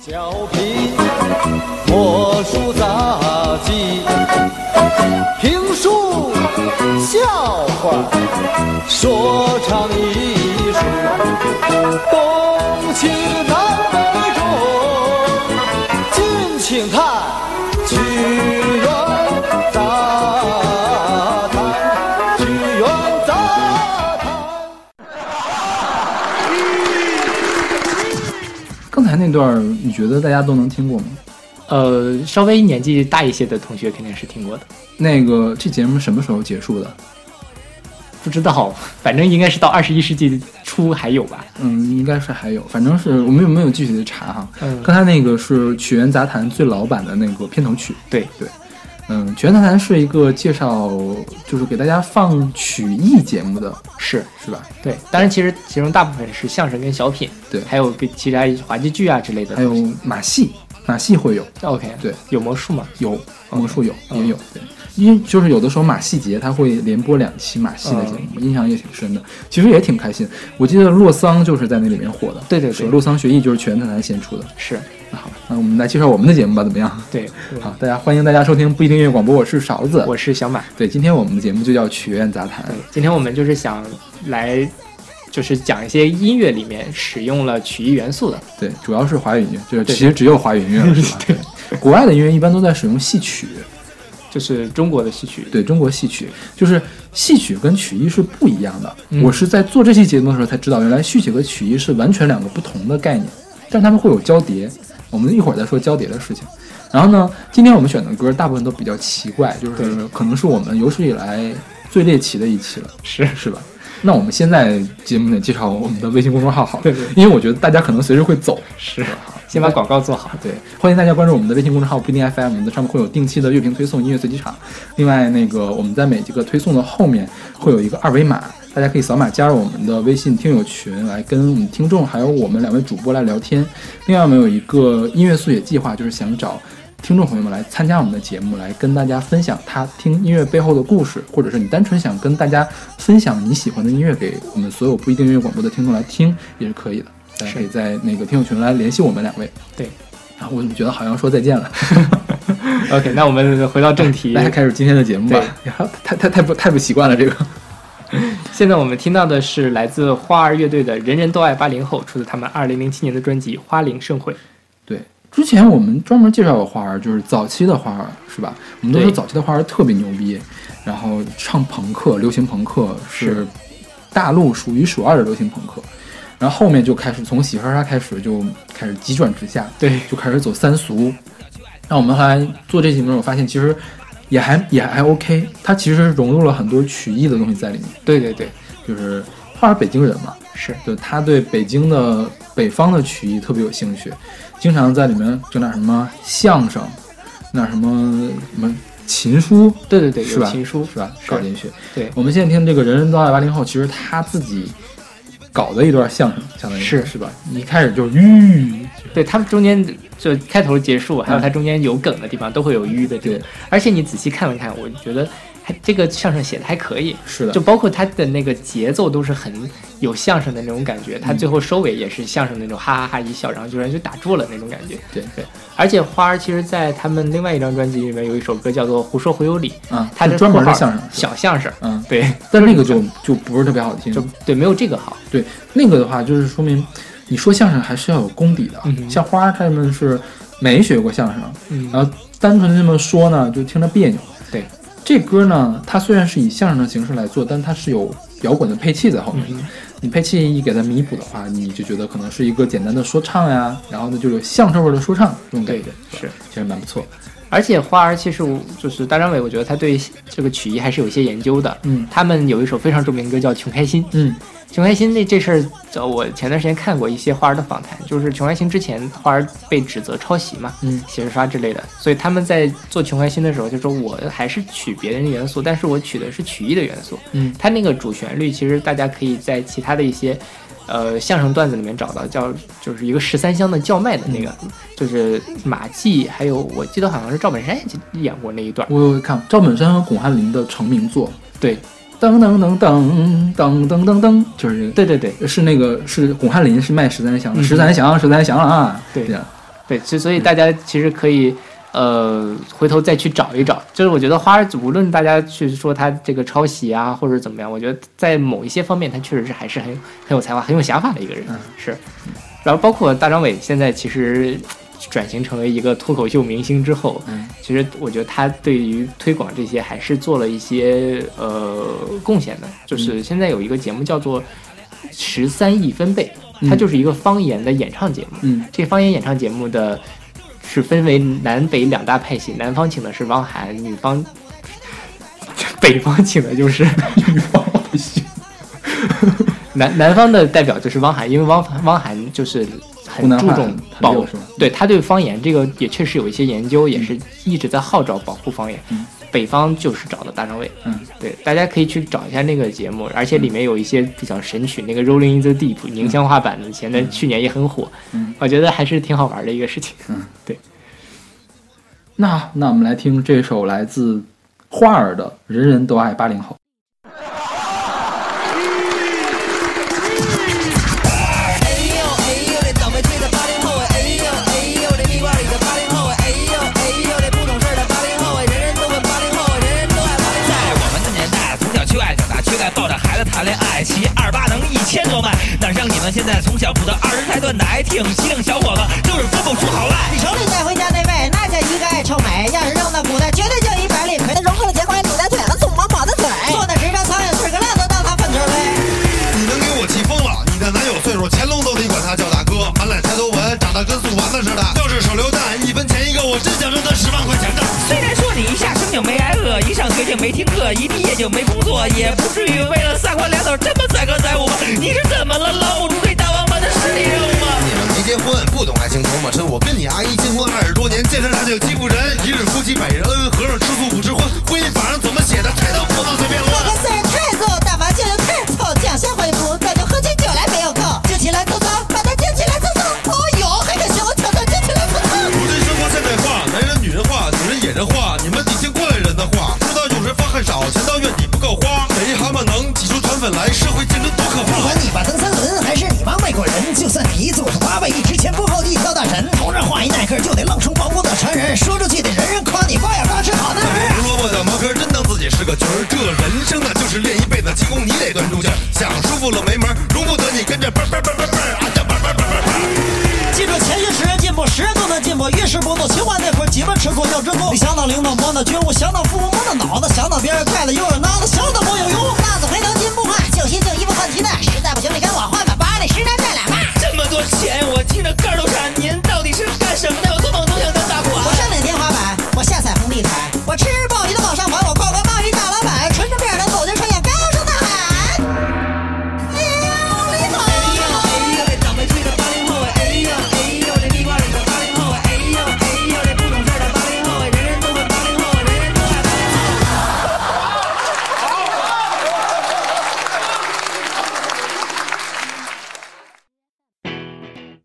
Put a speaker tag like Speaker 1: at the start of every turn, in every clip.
Speaker 1: 削皮、魔术杂技、评书、笑话、说唱艺术，东西南北中，敬请看《屈原杂谈》，屈原杂谈。
Speaker 2: 刚才那段儿你觉得大家都能听过吗？
Speaker 3: 呃，稍微年纪大一些的同学肯定是听过的，
Speaker 2: 那个这节目什么时候结束的？
Speaker 3: 不知道， 反正应该是到二十一世纪初还有吧。
Speaker 2: 嗯，应该是还有，反正是我们有没有具体的查哈。
Speaker 3: 嗯
Speaker 2: 刚才那个是《曲苑杂谈》最老版的那个片头曲。
Speaker 3: 对，
Speaker 2: 嗯，《曲苑杂谈》是一个介绍，就是给大家放曲艺节目的，
Speaker 3: 是
Speaker 2: 是吧？
Speaker 3: 对。当然，其实其中大部分是相声跟小品，
Speaker 2: 对
Speaker 3: 还有跟其他话剧剧啊之类的。
Speaker 2: 还有马戏，马戏会有，
Speaker 3: OK，
Speaker 2: 对，
Speaker 3: 有魔术吗？
Speaker 2: 有魔术有、
Speaker 3: 嗯
Speaker 2: 也有，对，因为就是有的时候马戏节它会连播两期马
Speaker 3: 嗯
Speaker 2: 戏的节目，印象也挺深的，其实也挺开心。我记得洛桑就是在那里面火的，
Speaker 3: 对对对
Speaker 2: 是洛桑学艺就是全台台先出的。
Speaker 3: 是，
Speaker 2: 那好吧，那我们来介绍我们的节目吧，怎么样？
Speaker 3: 对。
Speaker 2: 好，大家欢迎大家收听不一定音乐广播，我是勺子
Speaker 3: 我，我是小马。
Speaker 2: 对，今天我们的节目就叫曲苑杂谈
Speaker 3: 对，，今天我们就是想来，就是讲一些音乐里面使用了曲艺元素的。
Speaker 2: 对，主要是华语音乐，就是
Speaker 3: 对
Speaker 2: 其实只有华语音乐了，是吧？对，国外的音乐一般都在使用戏曲，
Speaker 3: 就是中国的戏曲，
Speaker 2: 对中国戏曲，就是戏曲跟曲艺是不一样的。
Speaker 3: 嗯
Speaker 2: 我是在做这期节目的时候才知道，原来戏曲和曲艺是完全两个不同的概念，但他们会有交叠。我们一会儿再说交叠的事情。然后呢，今天我们选的歌大部分都比较奇怪，就是
Speaker 3: 对
Speaker 2: 可能是我们有史以来最猎奇的一期了，
Speaker 3: 是
Speaker 2: 是吧？那我们先在节目里介绍我们的微信公众号好了，
Speaker 3: 对对
Speaker 2: 因为我觉得大家可能随时会走。
Speaker 3: 是，先把广告 做好。
Speaker 2: 对，欢迎大家关注我们的微信公众号不一定 FM，我们的上面会有定期的乐评推送、音乐随机场。另外，那个我们在每一个推送的后面会有一个二维码，大家可以扫码加入我们的微信听友群，来跟我们听众还有我们两位主播来聊天。另外，我们有一个音乐速写计划，就是想找。听众朋友们来参加我们的节目，来跟大家分享他听音乐背后的故事，或者是你单纯想跟大家分享你喜欢的音乐给我们所有不一定音乐广播的听众来听也是可以的。大家可以在那个听友群来联系我们两位。
Speaker 3: 对
Speaker 2: 啊，我怎么觉得好像说再见了？
Speaker 3: ，OK，那我们回到正题。
Speaker 2: 大家开始今天的节目吧
Speaker 3: 对。
Speaker 2: 呀太太太不太不习惯了这个。
Speaker 3: 现在我们听到的是来自花儿乐队的《人人都爱八零后》，出自他们二零零七年的专辑《花零盛会》。
Speaker 2: 对，之前我们专门介绍过花儿，就是早期的花儿，是吧？我们都说
Speaker 3: 对
Speaker 2: 早期的花儿特别牛逼，然后唱朋克、流行朋克是
Speaker 3: 是
Speaker 2: 大陆数一数二的流行朋克，然后后面就开始从喜哈哈开始就开始急转直下，
Speaker 3: 对
Speaker 2: 就开始走三俗。那我们后来做这节目的时候，发现其实也还也还 OK，它其实融入了很多曲艺的东西在里面，
Speaker 3: 对对对，
Speaker 2: 就是花儿北京人嘛，
Speaker 3: 是
Speaker 2: 就他对北京的北方的曲艺特别有兴趣，经常在里面整点什么相声，那什么什么琴书
Speaker 3: 对对对，
Speaker 2: 是
Speaker 3: 有
Speaker 2: 吧
Speaker 3: 情书
Speaker 2: 是吧？
Speaker 3: 是
Speaker 2: 搞进去。
Speaker 3: 对
Speaker 2: 我们现在听这个《人人都爱八零后》，其实他自己搞的一段相声，相当于
Speaker 3: 是
Speaker 2: 是吧？一开始就是吁，
Speaker 3: 对，他们中间就开头、结束，还有
Speaker 2: 嗯
Speaker 3: 它中间有梗的地方都会有淤的这种
Speaker 2: 对。
Speaker 3: 而且你仔细看了看，我觉得还这个相声写的还可以，
Speaker 2: 是的，
Speaker 3: 就包括它的那个节奏都是很有相声的那种感觉。它最后收尾也是相声那种哈哈哈一笑，然后居然就打住了那种感觉。
Speaker 2: 对对，
Speaker 3: 而且花儿其实，在他们另外一张专辑里面有一首歌叫做《胡说胡有理》，
Speaker 2: 啊，
Speaker 3: 它
Speaker 2: 是
Speaker 3: 是
Speaker 2: 专门的
Speaker 3: 括号
Speaker 2: 相声，是吧
Speaker 3: 小相声，
Speaker 2: 嗯，
Speaker 3: 对，
Speaker 2: 但那个就就不是特别好听，
Speaker 3: 就对，没有这个好。
Speaker 2: 对，那个的话就是说明你说相声还是要有功底的。
Speaker 3: 嗯哼
Speaker 2: 像花儿他们是没学过相声，
Speaker 3: 嗯
Speaker 2: 然后单纯这么说呢，就听着别扭。
Speaker 3: 对，
Speaker 2: 这歌呢，它虽然是以相声的形式来做，但它是有摇滚的配器在后面。
Speaker 3: 嗯
Speaker 2: 你配器一给它弥补的话，你就觉得可能是一个简单的说唱呀，然后呢就有相声味儿的说唱这种感
Speaker 3: 对
Speaker 2: 觉，
Speaker 3: 的，是。
Speaker 2: 其实蛮不错。
Speaker 3: 而且花儿其实我就是大张伟，我觉得他对这个曲艺还是有一些研究的。
Speaker 2: 嗯
Speaker 3: 他们有一首非常著名的歌叫《穷开心》，
Speaker 2: 嗯，
Speaker 3: 穷开心那这事儿，呃我前段时间看过一些花儿的访谈，就是穷开心之前花儿被指责抄袭嘛，
Speaker 2: 嗯
Speaker 3: 写着刷之类的，所以他们在做穷开心的时候就说，我还是取别人的元素，但是我取的是曲艺的元素。
Speaker 2: 嗯
Speaker 3: 它那个主旋律其实大家可以在其他的一些。呃，相声段子里面找到叫就是一个十三香的叫卖的那个，就是马季，还有我记得好像是赵本山也演过那一段。
Speaker 2: 嗯我有看赵本山和巩汉林的成名作，
Speaker 3: 对，
Speaker 2: 噔噔噔噔噔噔噔噔，就是这个。
Speaker 3: 对对对，
Speaker 2: 是那个是巩汉林是卖十三香的，
Speaker 3: 嗯
Speaker 2: 十三香十三香啊，
Speaker 3: 对
Speaker 2: 这样
Speaker 3: 对，所以所以大家其实可以。呃，回头再去找一找，就是我觉得花儿，无论大家去说他这个抄袭啊，或者怎么样，我觉得在某一些方面，他确实是还是很有很有才华、很有想法的一个人，
Speaker 2: 嗯
Speaker 3: 是。然后包括大张伟现在其实转型成为一个脱口秀明星之后，
Speaker 2: 嗯
Speaker 3: 其实我觉得他对于推广这些还是做了一些呃贡献的。
Speaker 2: 嗯
Speaker 3: 就是现在有一个节目叫做《十三亿分贝》，它
Speaker 2: 嗯
Speaker 3: 就是一个方言的演唱节目。
Speaker 2: 嗯
Speaker 3: 这方言演唱节目的是分为南北两大派系，南方请的是汪涵，女方 北方请 的就是女方不行。 南南方的代表就是汪涵，因为汪汪涵就是
Speaker 2: 湖
Speaker 3: 很
Speaker 2: 南
Speaker 3: 注
Speaker 2: 话
Speaker 3: 重
Speaker 2: 很
Speaker 3: 保
Speaker 2: 溜是吧
Speaker 3: 对他对方言这个也确实有一些研究，也是一直在号召保护方言。
Speaker 2: 嗯
Speaker 3: 北方就是找的大张伟，
Speaker 2: 嗯，
Speaker 3: 对，大家可以去找一下那个节目，而且里面有一些比较神曲，那个《Rolling in the Deep》宁乡话版的，前段去年也很火，
Speaker 2: 嗯
Speaker 3: 我觉得还是挺好玩的一个事情。
Speaker 2: 那那我们来听这首来自花儿的《人人都爱八零后》。
Speaker 4: 哎呦哎呦，这倒霉催的八零后哎，哎呦哎呦，这蜜瓜里的八零后哎，哎呦哎呦，这不懂事的八零后哎，人人都问八零后哎，人人都爱八零后。
Speaker 5: 在我们的年代，从小缺爱，长大缺钙，抱着孩子谈恋爱，骑二八能一千多迈，哪像你们现在从小补的二十台断奶，挺机灵小伙子就是分不出好赖。
Speaker 4: 你手里带回家那位，那叫一个爱臭美，要是扔到古代，绝对叫一百里葵。融化了钱花，堵在腿和宋毛毛的嘴，坐那直张苍蝇吃个辣子当他粪球嘞。
Speaker 6: 你能给我气疯了！你的男友岁数，乾隆都得管他叫大哥，满脸抬头纹，长得跟素丸子似的。要是手榴弹，一分钱一个，我真想扔他十万块钱的。
Speaker 5: 虽然说你一下生就没挨饿，一上学就没听课，一毕业就没工作，也不至于为了三瓜两枣这么载歌载舞吧？你是怎么了？老母猪对大王八的是你任务吗？
Speaker 6: 你们没结婚，不懂爱情多么深。我跟你阿姨结婚二十多年，见识她就欺负人。一日夫妻百日恩，和尚吃素不吃荤。婚姻法上怎么写的？菜刀不能随便
Speaker 4: 我
Speaker 6: 乱
Speaker 4: 的。岁数太够，打麻将又太臭，想先回不那就喝起酒来没有够，敬起来粗糙，把它敬起来粗糙。哦呦，还敢学我挑战敬起来粗糙？
Speaker 6: 如今生活现代化，男人女人化，女人野人化，你们得听过来人的话。知道有人发汗少，钱到月底不够花。逮一蛤蟆能挤出团粉来，社会竞争多可怕！
Speaker 4: 你爸蹬三轮，还是你妈外国人，就算你祖宗八辈一直前仆后继跳大神，头上画一耐克就得愣冲王国的传人，说出去得人人夸你瓜眼大吃好男人。
Speaker 6: 胡萝卜的毛根儿真当自己是个角儿，这人生呢就是练一辈子，气功你得端住劲儿，想舒服了没门儿，容不得你跟着叭叭叭叭叭儿，啊叫叭叭叭叭叭。
Speaker 4: 记住，前些十人进步，十人都能进步，遇事不怒，勤快那会儿急门吃苦要知足。你想到领导摸到觉悟，想到父母摸到脑子，想到别人怪的又是脑子，想到没有用。浪子回头金不换，旧习旧衣不换皮带，实在不行你跟我换吧，把你十年卖俩卖。
Speaker 5: 这么多钱，我听着肝儿都馋。您到底是干什么的？我做梦都想当大款
Speaker 4: 我。上哪天滑板，我下踩红地毯，我吃鲍鱼的往上爬，我逛逛鲍鱼大老板，纯着面的走进穿越高声大喊。哎呦，李总！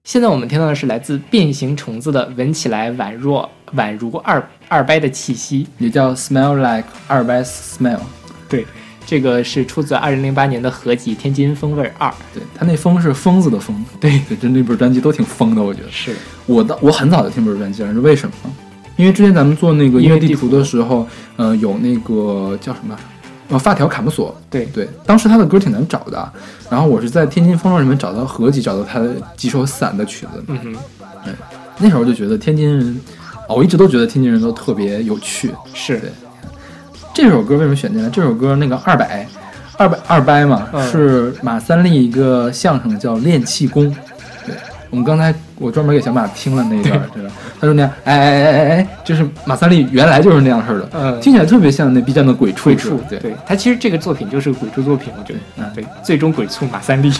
Speaker 3: 现在我们听到的是来自变形虫子的，闻起来宛若宛如二二掰的气息。
Speaker 2: 也叫 Smell Like 二百 Smell。
Speaker 3: 对，这个是出自二零零八年的合集《天津风味二》。
Speaker 2: 对他那疯是疯子的疯，
Speaker 3: 对
Speaker 2: 对，这那本专辑都挺疯的，我觉得。
Speaker 3: 是，
Speaker 2: 我的我很早就听这本专辑了，是为什么呢？因为之前咱们做那个音乐地图的时候，呃，有那个叫什么，呃，发条卡姆索，
Speaker 3: 对
Speaker 2: 对，当时他的歌挺难找的，啊然后我是在天津风浪里面找到合集，找到他的几首散的曲子，
Speaker 3: 嗯哼，
Speaker 2: 那时候就觉得天津人，啊、我一直都觉得天津人都特别有趣，
Speaker 3: 是
Speaker 2: 对这首歌为什么选进来？这首歌那个二百，二百二掰嘛，
Speaker 3: 嗯
Speaker 2: 是马三立一个相声叫《练气功》。对，我们刚才我专门给小马听了那一段，对吧？他说那样，哎哎哎哎哎，就是马三立原来就是那样式的，
Speaker 3: 嗯
Speaker 2: 听起来特别像那 B 站的鬼畜
Speaker 3: 鬼
Speaker 2: 是吧
Speaker 3: 畜，
Speaker 2: 对，
Speaker 3: 对他其实这个作品就是鬼畜作品，我觉得，
Speaker 2: 嗯
Speaker 3: 对，最终鬼畜马 三立。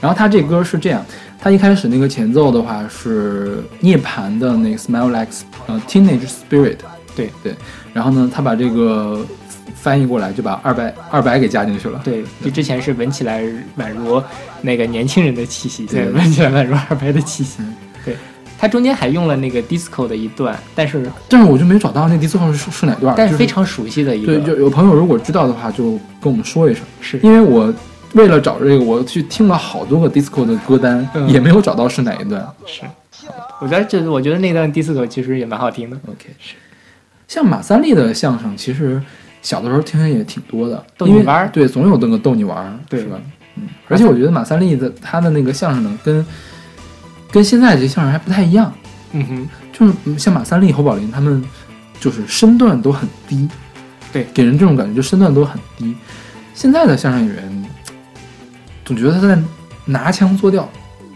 Speaker 2: 然后他这歌是这样，他一开始那个前奏的话是涅槃的那个 Smell Like 呃 Teenage Spirit，
Speaker 3: 对
Speaker 2: 对，然后呢，他把这个翻译过来就把二百二百给加进去了，
Speaker 3: 对，就之前是闻起来宛如那个年轻人的气息，
Speaker 2: 对
Speaker 3: 对，闻起来宛如二白的气息
Speaker 2: 嗯。
Speaker 3: 对，它中间还用了那个 disco 的一段，但是
Speaker 2: 但是我就没找到那第四号是是哪段儿，
Speaker 3: 但
Speaker 2: 就是
Speaker 3: 非常熟悉的一
Speaker 2: 对，就
Speaker 3: 个，
Speaker 2: 有朋友如果知道的话，就跟我们说一声，
Speaker 3: 是
Speaker 2: 因为我为了找这个，我去听了好多个 disco 的歌单，
Speaker 3: 嗯
Speaker 2: 也没有找到是哪一段。
Speaker 3: 是我觉得这我觉得那段第四首其实也蛮好听的，
Speaker 2: OK，像马三立的相声，其实小的时候听的也挺多的，
Speaker 3: 逗你
Speaker 2: 因为
Speaker 3: 玩儿
Speaker 2: 对，总有那个逗你玩儿，
Speaker 3: 对
Speaker 2: 是吧？嗯，而且我觉得马三立的他的那个相声呢，跟跟现在这些相声还不太一样，
Speaker 3: 嗯哼，
Speaker 2: 就是嗯像马三立、侯宝林他们，就是身段都很低，
Speaker 3: 对
Speaker 2: 给人这种感觉，就身段都很低。现在的相声演员，总觉得他在拿腔作调，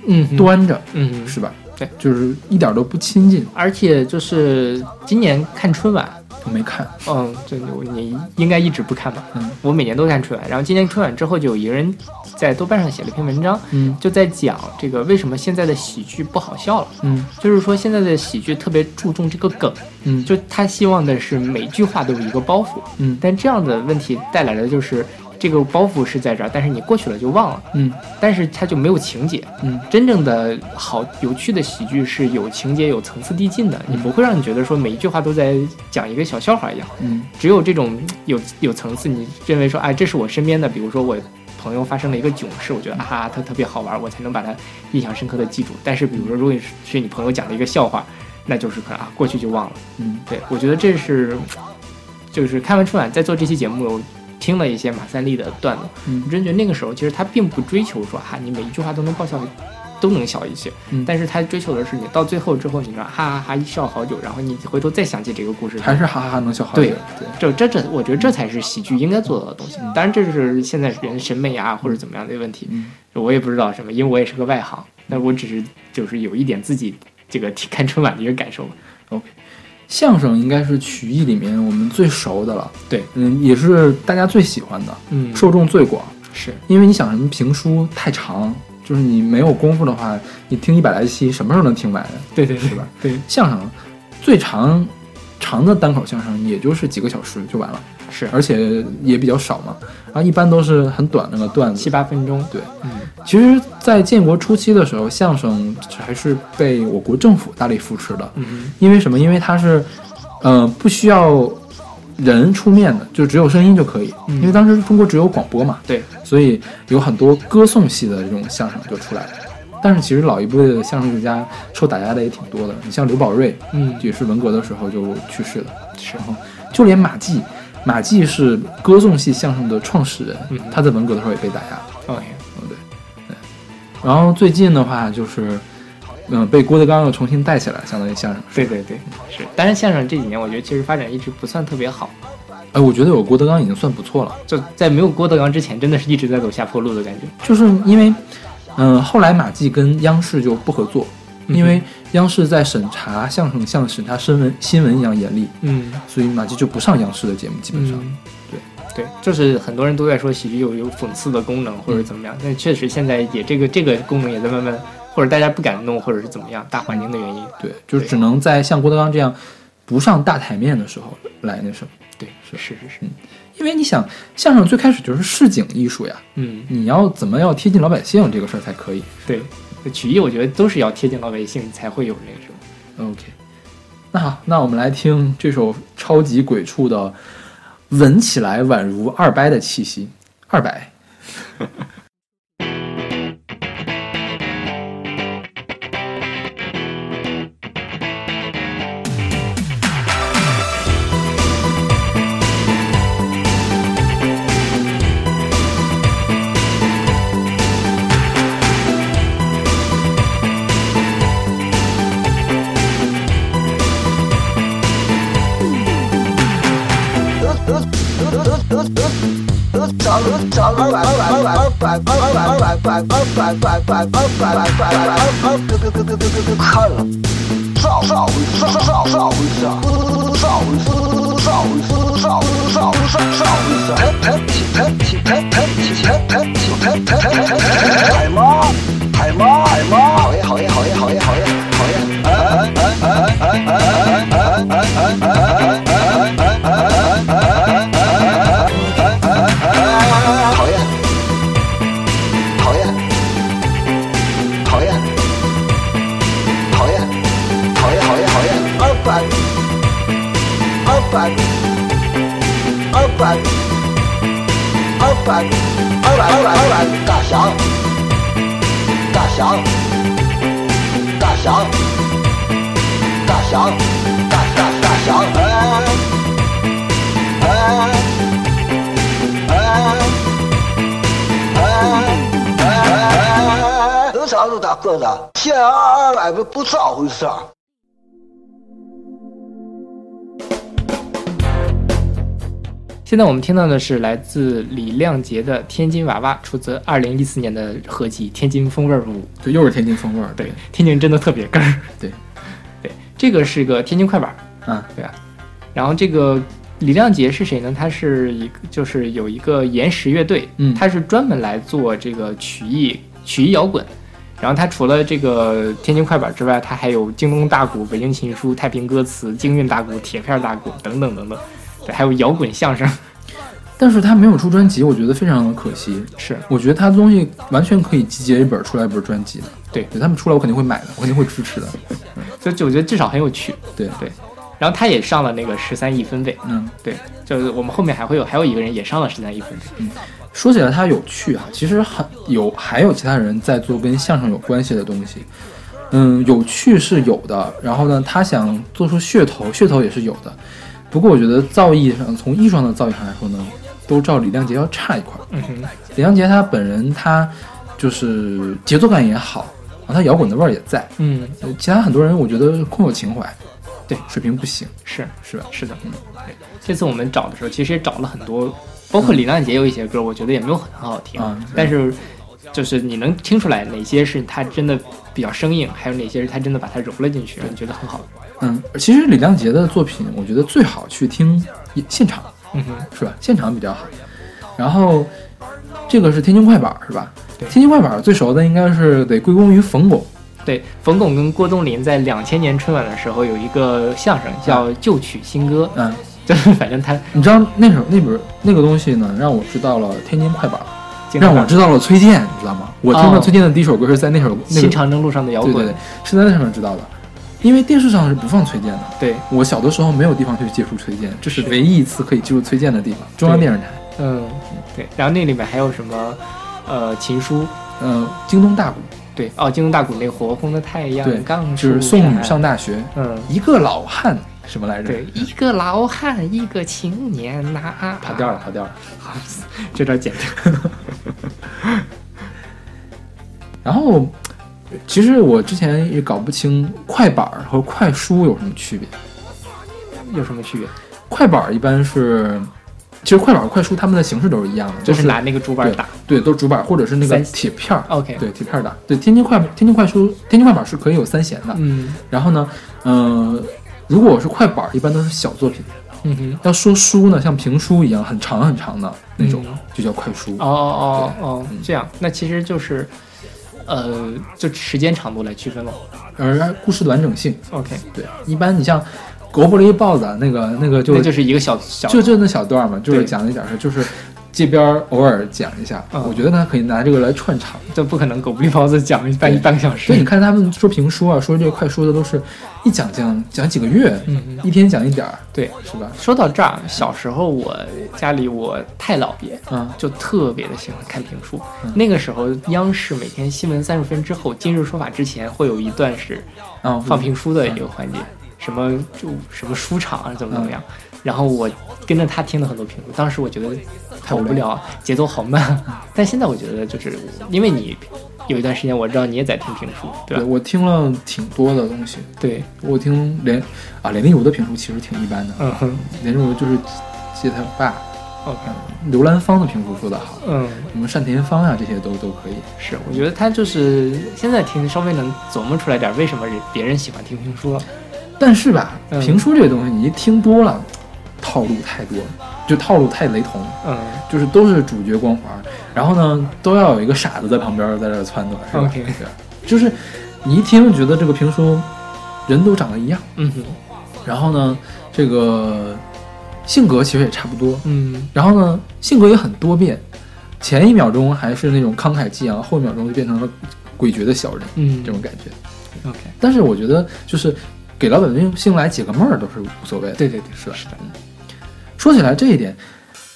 Speaker 3: 嗯哼，
Speaker 2: 端着，
Speaker 3: 嗯哼，
Speaker 2: 是吧？
Speaker 3: 对，
Speaker 2: 就是一点都不亲近。
Speaker 3: 而且就是今年看春晚，
Speaker 2: 我没看，
Speaker 3: 嗯，这我你应该一直不看吧？
Speaker 2: 嗯，
Speaker 3: 我每年都看春晚，然后今年春晚之后就有一个人在豆瓣上写了一篇文章，
Speaker 2: 嗯
Speaker 3: 就在讲这个为什么现在的喜剧不好笑了，
Speaker 2: 嗯
Speaker 3: 就是说现在的喜剧特别注重这个梗，
Speaker 2: 嗯，
Speaker 3: 就他希望的是每句话都有一个包袱，
Speaker 2: 嗯
Speaker 3: 但这样的问题带来的就是这个包袱是在这儿，但是你过去了就忘了，
Speaker 2: 嗯
Speaker 3: 但是它就没有情节。
Speaker 2: 嗯，
Speaker 3: 真正的好有趣的喜剧是有情节、有层次递进的，你不会让你觉得说每一句话都在讲一个小笑话一样。
Speaker 2: 嗯
Speaker 3: 只有这种有有层次，你认为说，哎，这是我身边的，比如说我朋友发生了一个囧事，我觉得啊哈，他特别好玩，我才能把它 印象深刻的记住。但是，比如说，如果是是你朋友讲的一个笑话，那就是可能啊，过去就忘了。
Speaker 2: 嗯，
Speaker 3: 对，我觉得这是，就是看完春晚在做这期节目，我听了一些马三立的段子，
Speaker 2: 嗯
Speaker 3: 我真觉得那个时候其实他并不追求说哈、你每一句话都能爆笑，都能笑一些，
Speaker 2: 嗯
Speaker 3: 但是他追求的是你到最后之后，你说哈哈哈一笑好久，然后你回头再想起这个故事，
Speaker 2: 还是哈哈哈能笑好久。
Speaker 3: 对这这这，我觉得这才是喜剧应该做到的东西。当然，这是现在人审美啊或者怎么样的问题，
Speaker 2: 嗯
Speaker 3: 我也不知道什么，因为我也是个外行。但我只是就是有一点自己这个 听看春晚的一个感受吧。
Speaker 2: ，OK。相声应该是曲艺里面我们最熟的了，
Speaker 3: 对，
Speaker 2: 嗯，也是大家最喜欢的，
Speaker 3: 嗯
Speaker 2: 受众最广。
Speaker 3: 是
Speaker 2: 因为你想什么评书太长，就是你没有功夫的话，你听一百来期，什么时候能听完？
Speaker 3: 对对对
Speaker 2: 是吧？
Speaker 3: 对，
Speaker 2: 相声最长长的单口相声也就是几个小时就完了，
Speaker 3: 是
Speaker 2: 而且也比较少嘛，然后一般都是很短那个段子
Speaker 3: 七，八分钟。
Speaker 2: 对，
Speaker 3: 嗯
Speaker 2: 其实，在建国初期的时候，相声还是被我国政府大力扶持的。
Speaker 3: 嗯
Speaker 2: 因为什么？因为它是，呃，不需要人出面的，就只有声音就可以。
Speaker 3: 嗯
Speaker 2: 因为当时中国只有广播嘛，
Speaker 3: 哼，对，
Speaker 2: 所以有很多歌颂系的这种相声就出来了。但是其实老一辈的相声艺术家受打压的也挺多的，你像刘宝瑞，
Speaker 3: 嗯
Speaker 2: 也是文革的时候就去世了。
Speaker 3: 是
Speaker 2: 然后就连马季，马季是歌颂系相声的创始人，
Speaker 3: 嗯哦
Speaker 2: 他在文革的时候也被打压。
Speaker 3: ，OK，
Speaker 2: 嗯，对，对。然后最近的话就是，嗯，被郭德纲又重新带起来，相当于相声。
Speaker 3: 对对对，是。但是相声这几年，我觉得其实发展一直不算特别好，
Speaker 2: 哎，我觉得有郭德纲已经算不错了，
Speaker 3: 就在没有郭德纲之前，真的是一直在走下坡路的感觉。
Speaker 2: 就是因为，嗯、后来马季跟央视就不合作，因为央视在审查相声像审查新闻新闻一样严厉，
Speaker 3: 嗯，
Speaker 2: 所以马季就不上央视的节目，基本上。
Speaker 3: 嗯
Speaker 2: 对
Speaker 3: 对，就是很多人都在说喜剧有有讽刺的功能或者怎么样，但确实现在也这个这个功能也在慢慢，或者大家不敢弄，或者是怎么样，大环境的原因。
Speaker 2: 对，就是只能在像郭德纲这样不上大台面的时候来那什么，
Speaker 3: 对，是是是，
Speaker 2: 因为你想，相声最开始就是市井艺术呀，
Speaker 3: 嗯，
Speaker 2: 你要怎么要贴近老百姓这个事儿才可以。
Speaker 3: 对，曲艺我觉得都是要贴近老百姓才会有那种。
Speaker 2: OK，那好，那我们来听这首超级鬼畜的，闻起来宛如二掰的气息。二掰，
Speaker 7: 讨厌，讨厌，讨厌，讨厌，讨厌，讨厌，讨厌，二百，二百，二百，二百，二百，二百，二百，大侠，大侠，大侠，都打个子，现在二二百不不咋回事儿。
Speaker 3: 现在我们听到的是来自李亮杰的《天津娃娃》，出自二零一四年的合集《天津风味儿舞》。
Speaker 2: 就又是天津风味儿，
Speaker 3: 对，天津真的特别哏儿。
Speaker 2: 对，
Speaker 3: 对，这个是个天津快板儿，
Speaker 2: 嗯，
Speaker 3: 对啊。然后这个李亮杰是谁呢？他是一个，就是有一个岩石乐队，
Speaker 2: 嗯
Speaker 3: 他是专门来做这个曲艺曲艺摇滚。然后他除了这个天津快板之外，他还有京东大鼓、北京琴书、太平歌词、京韵大鼓、铁片大鼓等等等等，对，还有摇滚相声，
Speaker 2: 但是他没有出专辑，我觉得非常的可惜。
Speaker 3: 是
Speaker 2: 我觉得他的东西完全可以集结一本出来一本专辑的。
Speaker 3: 对
Speaker 2: 他们出来我肯定会买的，我肯定会支持的。
Speaker 3: 就就我觉得至少很有趣，
Speaker 2: 对，
Speaker 3: 对。然后他也上了那个十三亿分贝，
Speaker 2: 嗯，
Speaker 3: 对，就是我们后面还会有还有一个人也上了十三亿分贝，
Speaker 2: 说起来他有趣啊，其实还有还有其他人在做跟相声有关系的东西。嗯，有趣是有的，然后呢，他想做出噱头，噱头也是有的。不过我觉得造诣上，从艺术上的造诣上来说呢，都照李亮杰要差一块儿。
Speaker 3: 嗯哼，
Speaker 2: 李阳杰他本人他就是节奏感也好，然后他摇滚的味儿也在。
Speaker 3: 嗯，
Speaker 2: 呃其他很多人我觉得空有情怀，
Speaker 3: 对
Speaker 2: 水平不行，
Speaker 3: 是
Speaker 2: 是吧？
Speaker 3: 是的，嗯，对。这次我们找的时候，其实也找了很多，包括李亮杰有一些歌，我觉得也没有很很好听，
Speaker 2: 啊是
Speaker 3: 但是就是你能听出来哪些是他真的比较生硬，还有哪些是他真的把它揉了进去，让你觉得很好。
Speaker 2: 嗯，其实李亮杰的作品，我觉得最好去听演现场，
Speaker 3: 嗯哼，
Speaker 2: 是吧？现场比较好。然后这个是天津快板，是吧？
Speaker 3: 对
Speaker 2: 天津快板最熟的应该是得归功于冯巩，
Speaker 3: 对，冯巩跟郭冬临在两千年春晚的时候有一个相声叫《旧曲新歌》，
Speaker 2: 嗯，
Speaker 3: 就是反正他
Speaker 2: 你知道那首那本那个东西呢，让我知道了天津快板，
Speaker 3: 经常
Speaker 2: 让我知道了崔健，你知道吗？我听到
Speaker 3: 哦
Speaker 2: 崔健的第一首歌是在那首那
Speaker 3: 新
Speaker 2: 个
Speaker 3: 长征路上的摇
Speaker 2: 对
Speaker 3: 滚，
Speaker 2: 对对，是在那上面知道的，因为电视上是不放崔健的。
Speaker 3: 对
Speaker 2: 我小的时候没有地方去接触崔健，这是唯一一次可以接触崔健的地方。中央电视台，
Speaker 3: 嗯，对。然后那里面还有什么，呃，琴书，
Speaker 2: 呃，京东大鼓，
Speaker 3: 对，哦，京东大鼓那个火红的太
Speaker 2: 对
Speaker 3: 阳，刚
Speaker 2: 就是
Speaker 3: 出
Speaker 2: 送女
Speaker 3: 山
Speaker 2: 上，大学，
Speaker 3: 嗯，
Speaker 2: 一个老汉什么来着？
Speaker 3: 对，一个老汉，一个青年呐、
Speaker 2: 跑调了，跑调了。
Speaker 3: 这段剪掉。
Speaker 2: 然后，其实我之前也搞不清快板儿和快书有什么区别。
Speaker 3: 有什么区别？
Speaker 2: 快板儿一般是，其实快板儿、快书它们的形式都是一样的，
Speaker 3: 就是是拿那个竹板打。
Speaker 2: 对，都是竹板儿或者是那个
Speaker 3: 三
Speaker 2: 铁片儿。
Speaker 3: OK，
Speaker 2: 对，铁片儿打。对，天津快天津快书，天津快板儿是可以有三弦的。
Speaker 3: 嗯
Speaker 2: 然后呢，呃，如果是快板儿，一般都是小作品。
Speaker 3: 嗯哼，
Speaker 2: 要说书呢，像评书一样很长很长的那种，
Speaker 3: 嗯
Speaker 2: 就叫快书。
Speaker 3: 哦哦哦哦
Speaker 2: 嗯，
Speaker 3: 这样，那其实就是，呃，就时间长度来区分了。
Speaker 2: 而故事的完整性，
Speaker 3: OK，
Speaker 2: 对，一般你像狗不理豹子啊那个那个就
Speaker 3: 那就是一个小小
Speaker 2: 就就那小段儿嘛，就是
Speaker 3: 对
Speaker 2: 讲了一点事儿，就是这边儿偶尔讲一下，
Speaker 3: 嗯
Speaker 2: 我觉得呢可以拿这个来串场。
Speaker 3: 就不可能狗不理包子讲一半
Speaker 2: 对
Speaker 3: 一半个小
Speaker 2: 所以你
Speaker 3: 时。
Speaker 2: 看他们说评书啊，说这个快书的都是一讲讲讲几个月，
Speaker 3: 嗯
Speaker 2: 一天讲一点儿，
Speaker 3: 对，
Speaker 2: 是吧？
Speaker 3: 说到这儿，小时候我家里我太姥爷
Speaker 2: 啊、
Speaker 3: 就特别的喜欢看评书。那个时候，央视每天新闻三十分之后，今日说法之前会有一段是
Speaker 2: 嗯、啊，
Speaker 3: 放评书的一个环节，什么就什么书场啊，怎么怎么样。然后我跟着他听了很多评书，当时我觉得好无聊，节奏好慢。 但现在我觉得就是因为你有一段时间，我知道你也在听评书，对
Speaker 2: 对
Speaker 3: 吧？
Speaker 2: 我听了挺多的东西，
Speaker 3: 对，
Speaker 2: 我听连啊连丽如的评书其实挺一般的，
Speaker 3: 嗯哼
Speaker 2: 连丽如就是借他爸，
Speaker 3: ，OK，
Speaker 2: 刘兰芳的评书说的好，
Speaker 3: 嗯，
Speaker 2: 什么单田芳啊这些都都可以。
Speaker 3: 是，我觉得他就是现在听稍微能琢磨出来点为什么人别人喜欢听评书了。
Speaker 2: 但是吧，
Speaker 3: 嗯
Speaker 2: 评书这个东西你一听多了，套路太多了，就套路太雷同了，
Speaker 3: 嗯
Speaker 2: 就是都是主角光环，然后呢都要有一个傻子在旁边在这儿撺掇，是吧
Speaker 3: OK
Speaker 2: 对就是你一听就觉得这个评书人都长得一样，
Speaker 3: 嗯哼
Speaker 2: 然后呢这个性格其实也差不多，
Speaker 3: 嗯
Speaker 2: 然后呢，性格也很多变，前一秒钟还是那种慷慨激昂，后一秒钟就变成了诡谲的小人，
Speaker 3: 嗯
Speaker 2: 这种感觉。
Speaker 3: ，OK，
Speaker 2: 但是我觉得，就是给老百姓来解个闷儿都是无所谓的。
Speaker 3: 对对对，
Speaker 2: 是吧嗯
Speaker 3: 是的，
Speaker 2: 说起来这一点，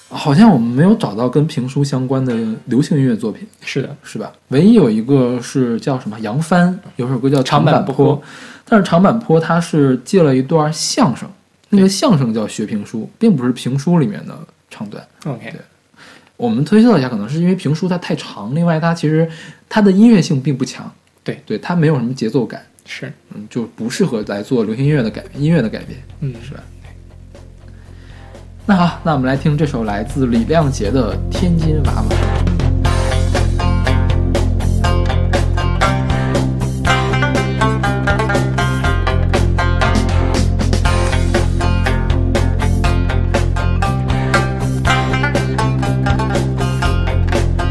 Speaker 2: 好像我们没有找到跟评书相关的流行音乐作品，
Speaker 3: 是的，
Speaker 2: 是吧？唯一有一个是叫什么杨帆，有首歌叫《
Speaker 3: 长
Speaker 2: 坂
Speaker 3: 坂坡
Speaker 2: 坡》，但是长坂坡他是借了一段相声，那个相声叫学评书，并不是评书里面的唱段。
Speaker 3: OK，
Speaker 2: 我们推测一下，可能是因为评书它太长，另外它其实它的音乐性并不强，
Speaker 3: 对，
Speaker 2: 对，它没有什么节奏感，
Speaker 3: 是，
Speaker 2: 嗯，就不适合来做流行音乐的改音乐的改编，
Speaker 3: 嗯
Speaker 2: 是吧？那好，那我们来听这首来自李亮杰的《天津娃娃》。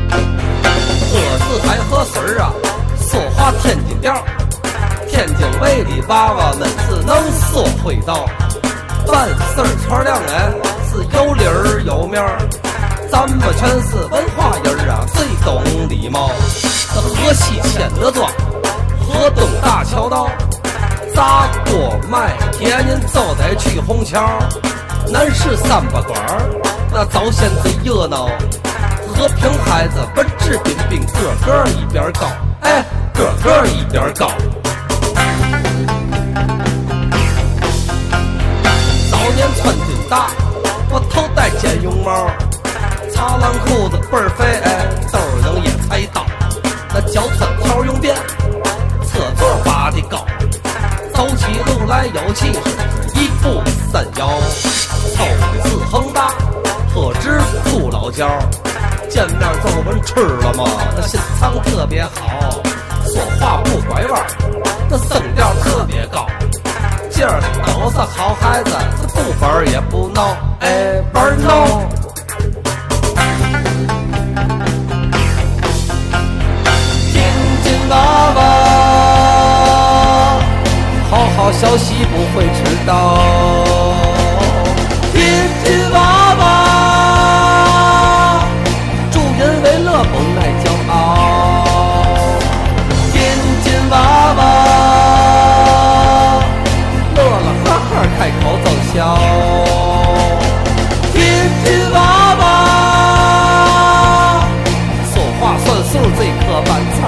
Speaker 8: 我是爱喝水儿啊，说话天津调儿，天津卫的娃娃们只能说会道，办事儿圈儿两人是有理儿有面儿，咱们全是文化人儿啊，最懂礼貌。这河西千德庄，河东大桥道，砸锅卖铁您就得去虹桥，南市三八馆儿那早先最热闹。和平孩子文质彬彬，个个一边儿高，哎，个个一边儿高。早年穿军大，我头戴尖绒帽，长浪裤子倍儿肥，哎，兜儿能也开裆，那脚穿条绒边，侧座拔的高，走起路来有气势，一步三摇，头字横大，特知住老家儿，见面皱纹吃了吗？那心肠特别好，说话不拐弯儿，那声调特别高。今儿都是好孩子，这不玩儿也不闹，哎，玩儿闹。天津娃娃，好好消息不会迟到。天津娃娃，助人为乐不爱骄傲。天津娃娃，乐了哈哈开口奏笑。天津娃娃，说话算数最刻板词儿。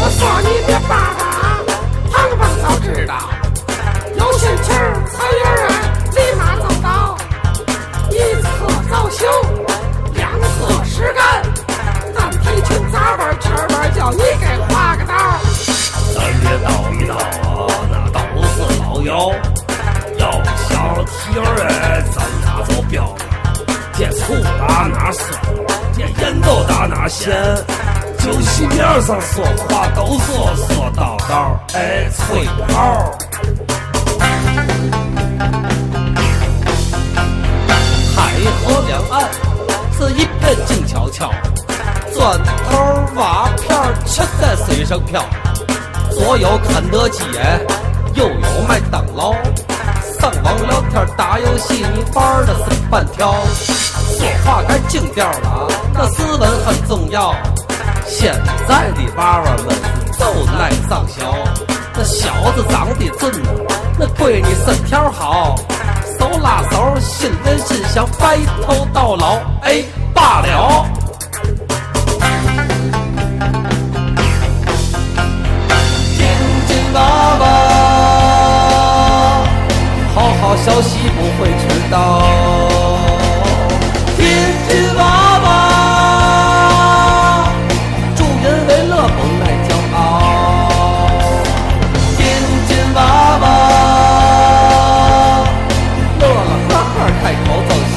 Speaker 9: 我说你别叭叭啊，胖胖都知道，有心情儿才有人立马走到，一侧造型，两侧实干，咱皮裙咋玩全玩叫你给画个道儿。
Speaker 8: 咱别叨一叨啊，那都是老妖。要小蹄儿哎，咱俩就彪了。这醋打哪酸，这盐都打哪咸。酒席面上说话都说说道道，哎，吹泡。海河两岸是一片静悄悄，砖头瓦片儿全在水上漂。左有肯德基，哎右有麦当劳。上网聊天打游戏，你玩的是半条。说话该静调了啊，那斯文很重要。现在的娃娃们都爱上学，那小子长得俊呐，那闺女身条好，手拉手，心连心，想白头到老。哎，罢了。天津娃娃，好好消息不会迟到。天津娃娃，助人为乐不爱骄傲。天津娃娃，乐了哈哈开口走笑。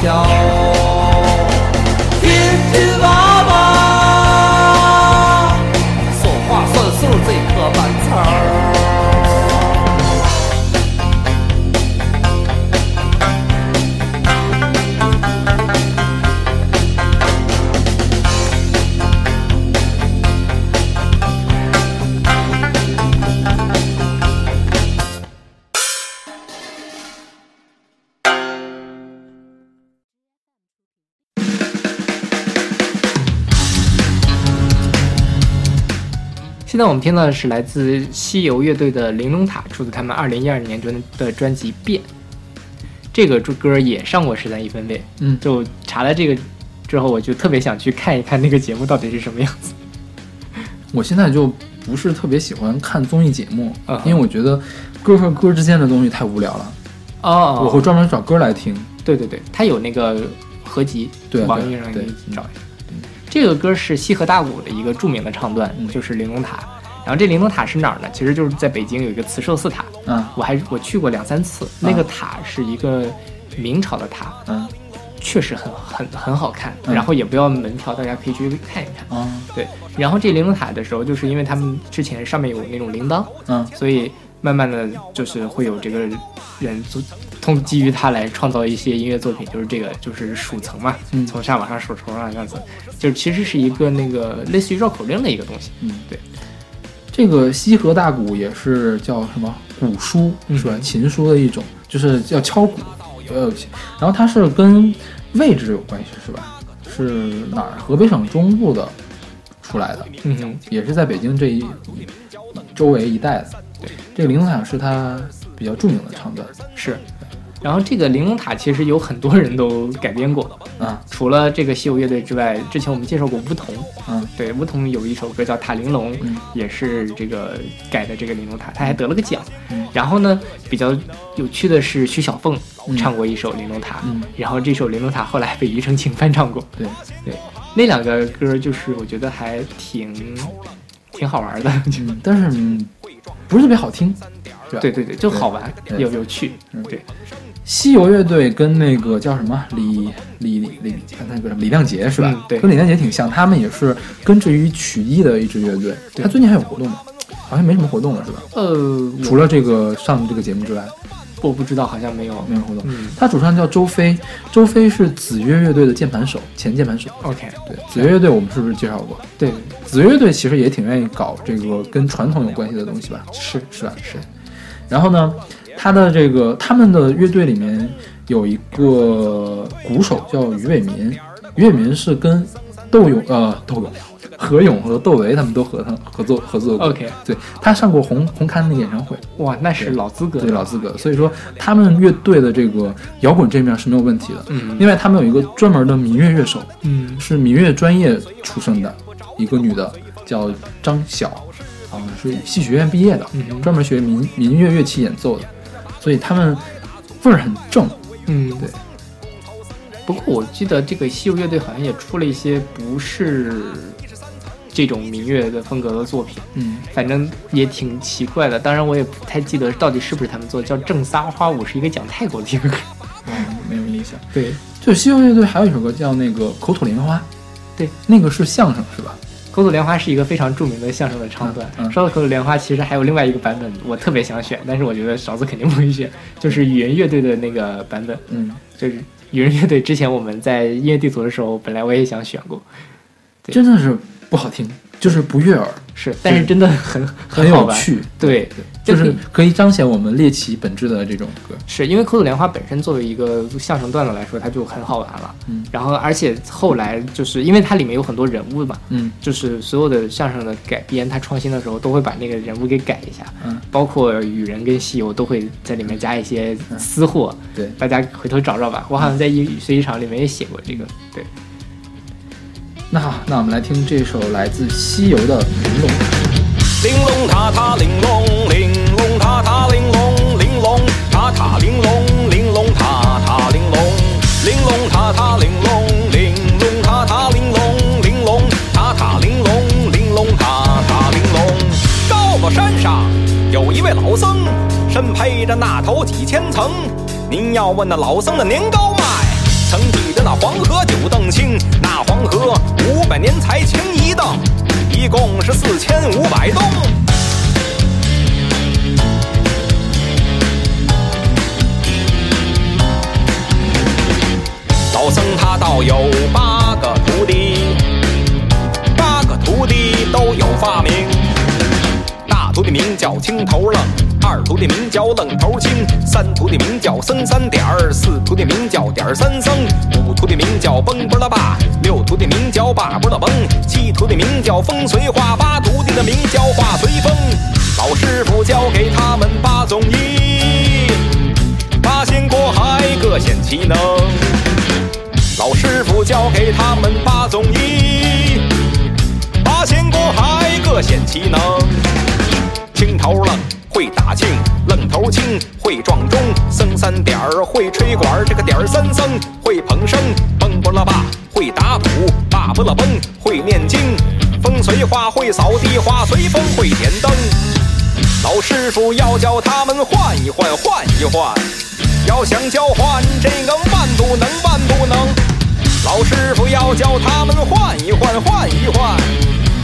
Speaker 8: 天津娃娃。说话算数最刻板词儿。
Speaker 3: 现在我们听到的是来自西游乐队的《玲珑塔》，出自他们二零一二年专的专辑《变》。这个歌也上过十三亿分贝，
Speaker 2: 嗯
Speaker 3: 就查了这个之后，我就特别想去看一看那个节目到底是什么样子。
Speaker 2: 我现在就不是特别喜欢看综艺节目
Speaker 3: 啊，
Speaker 2: 因为我觉得歌和歌之间的东西太无聊了，
Speaker 3: 哦，
Speaker 2: 我会专门找歌来听。
Speaker 3: 对对对，它有那个合集，
Speaker 2: 对
Speaker 3: 网易上可
Speaker 2: 对
Speaker 3: 以
Speaker 2: 嗯
Speaker 3: 找一下。这个歌是西河大鼓的一个著名的唱段，
Speaker 2: 嗯
Speaker 3: 就是玲珑塔。然后这玲珑塔是哪儿呢？其实就是在北京有一个慈寿寺塔，
Speaker 2: 啊，
Speaker 3: 我还我去过两三次。那个塔是一个明朝的塔，
Speaker 2: 嗯
Speaker 3: 确实很很很好看。
Speaker 2: 嗯
Speaker 3: 然后也不要门票，大家可以去看一看。
Speaker 2: 啊
Speaker 3: 对，然后这玲珑塔的时候，就是因为他们之前上面有那种铃铛，
Speaker 2: 嗯
Speaker 3: 所以慢慢的就是会有这个人就通基于它来创造一些音乐作品，就是这个就是数层嘛，
Speaker 2: 嗯
Speaker 3: 从上往上数，啊从上往下数，就是其实是一个那个类似于绕口令的一个东西。
Speaker 2: 嗯，
Speaker 3: 对。
Speaker 2: 这个西河大鼓也是叫什么鼓书是吧？
Speaker 3: 嗯
Speaker 2: 琴书的一种，就是叫敲鼓。呃，然后它是跟位置有关系是吧？是哪儿？河北省中部的出来的。
Speaker 3: 嗯哼，
Speaker 2: 也是在北京这一周围一带的。这个玲珑塔是它比较著名的唱段
Speaker 3: 是。然后这个玲珑塔其实有很多人都改编过，
Speaker 2: 啊，
Speaker 3: 除了这个西游乐队之外，之前我们介绍过梧桐，
Speaker 2: 嗯
Speaker 3: 对，梧桐有一首歌叫《塔玲珑》，
Speaker 2: 嗯
Speaker 3: 也是这个改的这个玲珑塔，他还得了个奖。
Speaker 2: 嗯
Speaker 3: 然后呢，比较有趣的是徐小凤
Speaker 2: 嗯
Speaker 3: 唱过一首《玲珑塔》
Speaker 2: 嗯
Speaker 3: 然后这首《玲珑塔》后来还被庾澄庆翻唱过。
Speaker 2: 对，
Speaker 3: 对，那两个歌就是我觉得还挺挺好玩的，
Speaker 2: 嗯，但是嗯不是特别好听，是吧？
Speaker 3: 对，对对，就好玩
Speaker 2: 对
Speaker 3: 有有趣
Speaker 2: 嗯，
Speaker 3: 对，
Speaker 2: 西游乐队跟那个叫什么李李李李那个什么李亮杰是吧？
Speaker 3: 嗯对
Speaker 2: 跟李亮杰挺像，他们也是根植于曲艺的一支乐队。
Speaker 3: 对
Speaker 2: 他最近还有活动吗？好像没什么活动了，是吧？
Speaker 3: 呃，
Speaker 2: 除了这个上这个节目之外，
Speaker 3: 我我不知道，好像没有，
Speaker 2: 没有活动。
Speaker 3: 嗯
Speaker 2: 他主唱叫周飞，周飞是子曰乐队的键盘手，前键盘手。
Speaker 3: ，OK，
Speaker 2: 对，子曰乐队我们是不是介绍过？
Speaker 3: 对，
Speaker 2: 子曰乐队其实也挺愿意搞这个跟传统有关系的东西吧？
Speaker 3: 是
Speaker 2: 是吧？是。然后呢，他的这个他们的乐队里面有一个鼓手叫于伟民，于伟民是跟窦勇呃窦勇。何勇和窦唯他们都合唱合作合作过
Speaker 3: OK
Speaker 2: 对他上过红红磡的演唱会，
Speaker 3: 哇，那是老资格
Speaker 2: 对
Speaker 3: 了，
Speaker 2: 老资格，所以说他们乐队的这个摇滚这面是没有问题的。
Speaker 3: 嗯
Speaker 2: 另外他们有一个专门的民乐乐手，
Speaker 3: 嗯，
Speaker 2: 是民乐专业出身的一个女的，叫张晓，啊，是戏曲学院毕业的，
Speaker 3: 嗯
Speaker 2: 专门学民民乐乐器演奏的，所以他们味儿很正。
Speaker 3: 嗯，
Speaker 2: 对。
Speaker 3: 不过我记得这个西游乐队好像也出了一些不是这种民乐的风格的作品，
Speaker 2: 嗯，
Speaker 3: 反正也挺奇怪的。当然我也不太记得到底是不是他们做的，叫《正撒花舞》，是一个讲泰国的一个歌。
Speaker 2: 嗯没有印象。
Speaker 3: 对，
Speaker 2: 就西游乐队还有一首歌叫那个《口吐莲花》，
Speaker 3: 对，
Speaker 2: 那个是相声是吧？
Speaker 3: 口吐莲花是一个非常著名的相声的唱段。
Speaker 2: 嗯嗯
Speaker 3: 说到口吐莲花，其实还有另外一个版本，我特别想选，但是我觉得勺子肯定不会选，就是雨人乐队的那个版本。
Speaker 2: 嗯，
Speaker 3: 就是雨人乐队之前我们在音乐地图的时候，本来我也想选过，对
Speaker 2: 真的是不好听，就是不悦耳，
Speaker 3: 是，但是真的很
Speaker 2: 很
Speaker 3: 好
Speaker 2: 有
Speaker 3: 玩。
Speaker 2: 趣。
Speaker 3: 对，
Speaker 2: 就
Speaker 3: 就是是
Speaker 2: 可以彰显我们猎奇本质的这种歌，
Speaker 3: 是因为口吐莲花本身作为一个相声段子来说，它就很好玩了。
Speaker 2: 嗯
Speaker 3: 然后而且后来就是因为它里面有很多人物嘛，
Speaker 2: 嗯
Speaker 3: 就是所有的相声的改编，它创新的时候都会把那个人物给改一下，
Speaker 2: 嗯，
Speaker 3: 包括雨人跟西游都会在里面加一些私货，
Speaker 2: 嗯对，
Speaker 3: 大家回头找找吧。我好像在一随机场里面也写过这个，
Speaker 2: 嗯
Speaker 3: 对。
Speaker 2: 那好，那我们来听这首来自西游的《玲珑》。
Speaker 10: 玲珑塔塔玲珑，玲珑塔塔玲珑，玲珑塔塔玲珑，玲珑塔塔玲珑，玲珑塔塔玲珑，玲珑塔塔玲珑，玲珑塔塔玲珑，玲珑塔塔玲珑。高宝山上有一位老僧，身披着那头几千层。您要问那老僧的年高迈？曾记得那黄河九邓清，那黄河五百年才清一邓，一共是四千五百洞。老僧他道有八个徒弟，八个徒弟都有发明。大徒弟名叫青头愣，二徒弟名叫愣头青，三徒弟名叫僧三点儿，四徒弟名叫点儿三僧，五徒弟名叫崩不了爸，六徒弟名叫爸不了崩，七徒弟名叫风随画，八徒弟的名叫画随风。老师傅教给他们八种艺，八仙过海各显其能。老师傅教给他们八种艺。八八仙过海，各显其能。青头愣会打磬，愣头青会撞钟，僧三点儿会吹管儿，这个点儿三僧会捧笙，蹦不拉吧会打鼓，把不拉崩会念经，风随花会扫地，花随风会点灯。老师傅要教他们换一换，换一换。要想交换，这个万不能，万不能。老师傅要教他们换一换，换一换。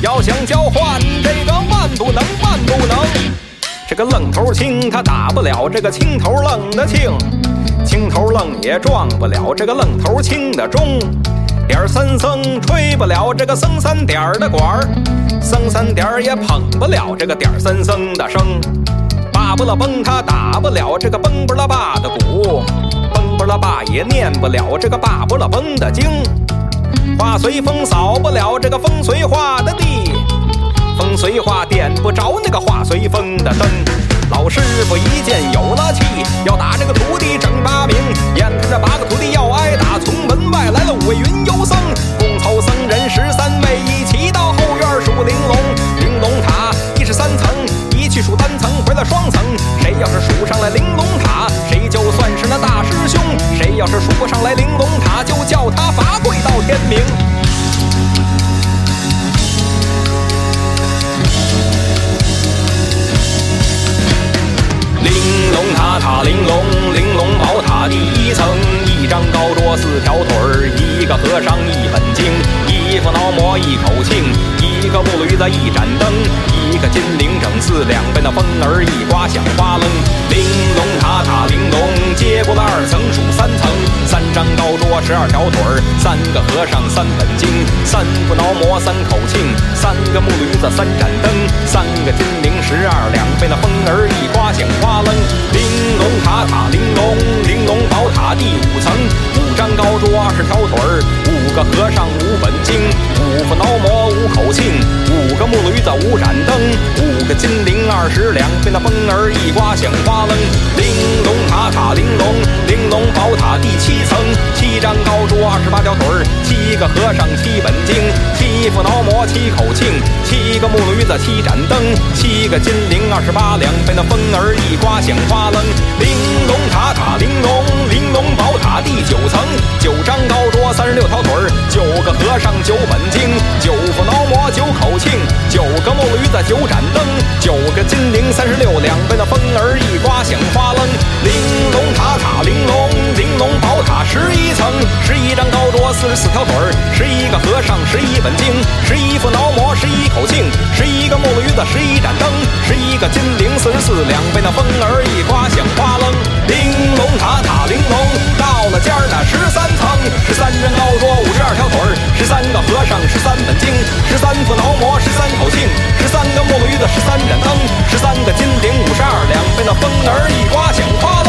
Speaker 10: 要想交换，这个万不能，万不能。这个愣头青他打不了这个青头愣的庆，青头愣也撞不了这个愣头青的钟。点儿三僧吹不了这个僧三点儿的管儿，僧三点儿也捧不了这个点儿三僧的声。叭不拉崩他打不了这个崩不拉叭的鼓，崩不拉叭也念不了这个叭不拉崩的经。花随风扫不了这个风随花的地，风随花点不着那个花随风的灯。老师傅一见有了气，要打这个徒弟整八名，眼看着八个徒弟要挨打，从门外来了五位云游僧，共凑僧人十三位，一起到后院数玲珑。玲珑塔一是三层，一去数单层，回了双层。谁要是数上来玲珑塔，谁就算是那大师兄；谁要是数不上来玲珑塔，就叫他罚跪到天明。玲珑塔塔玲珑，玲珑宝塔第一层，一张高桌四条腿儿，一个和尚一本经，一副挠磨一口磬，一个木驴子一盏灯，一个金铃整四两被那风儿一刮响哗楞。玲珑塔塔玲珑，接过了二层数三层，三张高桌十二条腿儿，三个和尚三本经，三副挠磨三口磬，三个木驴子三盏灯，三个金铃十二两被那风儿一刮响哗楞。玲珑塔塔玲珑，玲珑宝塔第五层，五张高桌二十条腿儿，五个和尚五本经，五副挠磨五口磬，五个木驴子五盏灯，五个金铃二十两被那风儿一刮响哗楞。玲珑塔塔玲珑，玲珑宝塔第七层，七张高桌二十八条腿儿，七个和尚七本经，七副挠磨七口磬，七个木驴子七盏灯，七个金铃二十八两被那风儿一刮响哗楞。玲珑塔塔玲珑，玲珑宝塔第九层，九张高桌三十六条腿儿，九个和尚九本经，九副挠磨九口磬，九个木驴子九盏灯，九个金铃三十六两被那风儿一刮响哗楞。玲珑塔塔玲珑，玲珑宝塔十一层，十一张高桌四十四条腿儿，十一个和尚十一本经，十一副挠磨十一口磬，十一个木驴子十一盏灯，十一个金铃四十四两被那风儿一刮响哗楞。玲珑塔塔玲珑，到了尖儿那十三层，十三人高桌五十二条腿儿，十三个和尚十三本经，十三副挠磨十三口磬，十三个木驴子十三盏灯，十三个金铃五十二两被那风儿一刮响哗楞。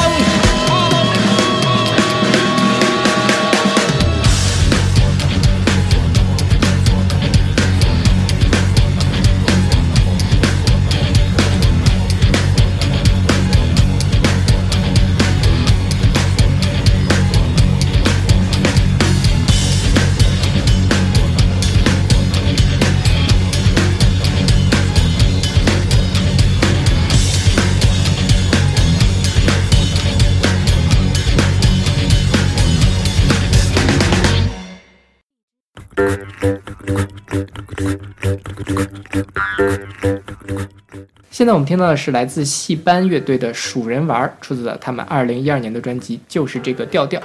Speaker 3: 现在我们听到的是来自戏班乐队的《数人玩》，出自他们二零一二年的专辑，就是这个调调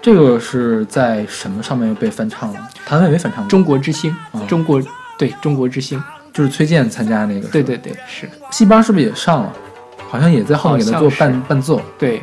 Speaker 2: 这个是在什么上面又被翻唱了？台湾也没翻唱
Speaker 3: 《
Speaker 2: 过，
Speaker 3: 中国之星
Speaker 2: 哦》，
Speaker 3: 中国对中国之星，
Speaker 2: 就是崔健参加那个。
Speaker 3: 对，对对，是
Speaker 2: 戏班是不是也上了？好像也在后面给他
Speaker 3: 好
Speaker 2: 做
Speaker 3: 像是
Speaker 2: 伴伴奏。
Speaker 3: 对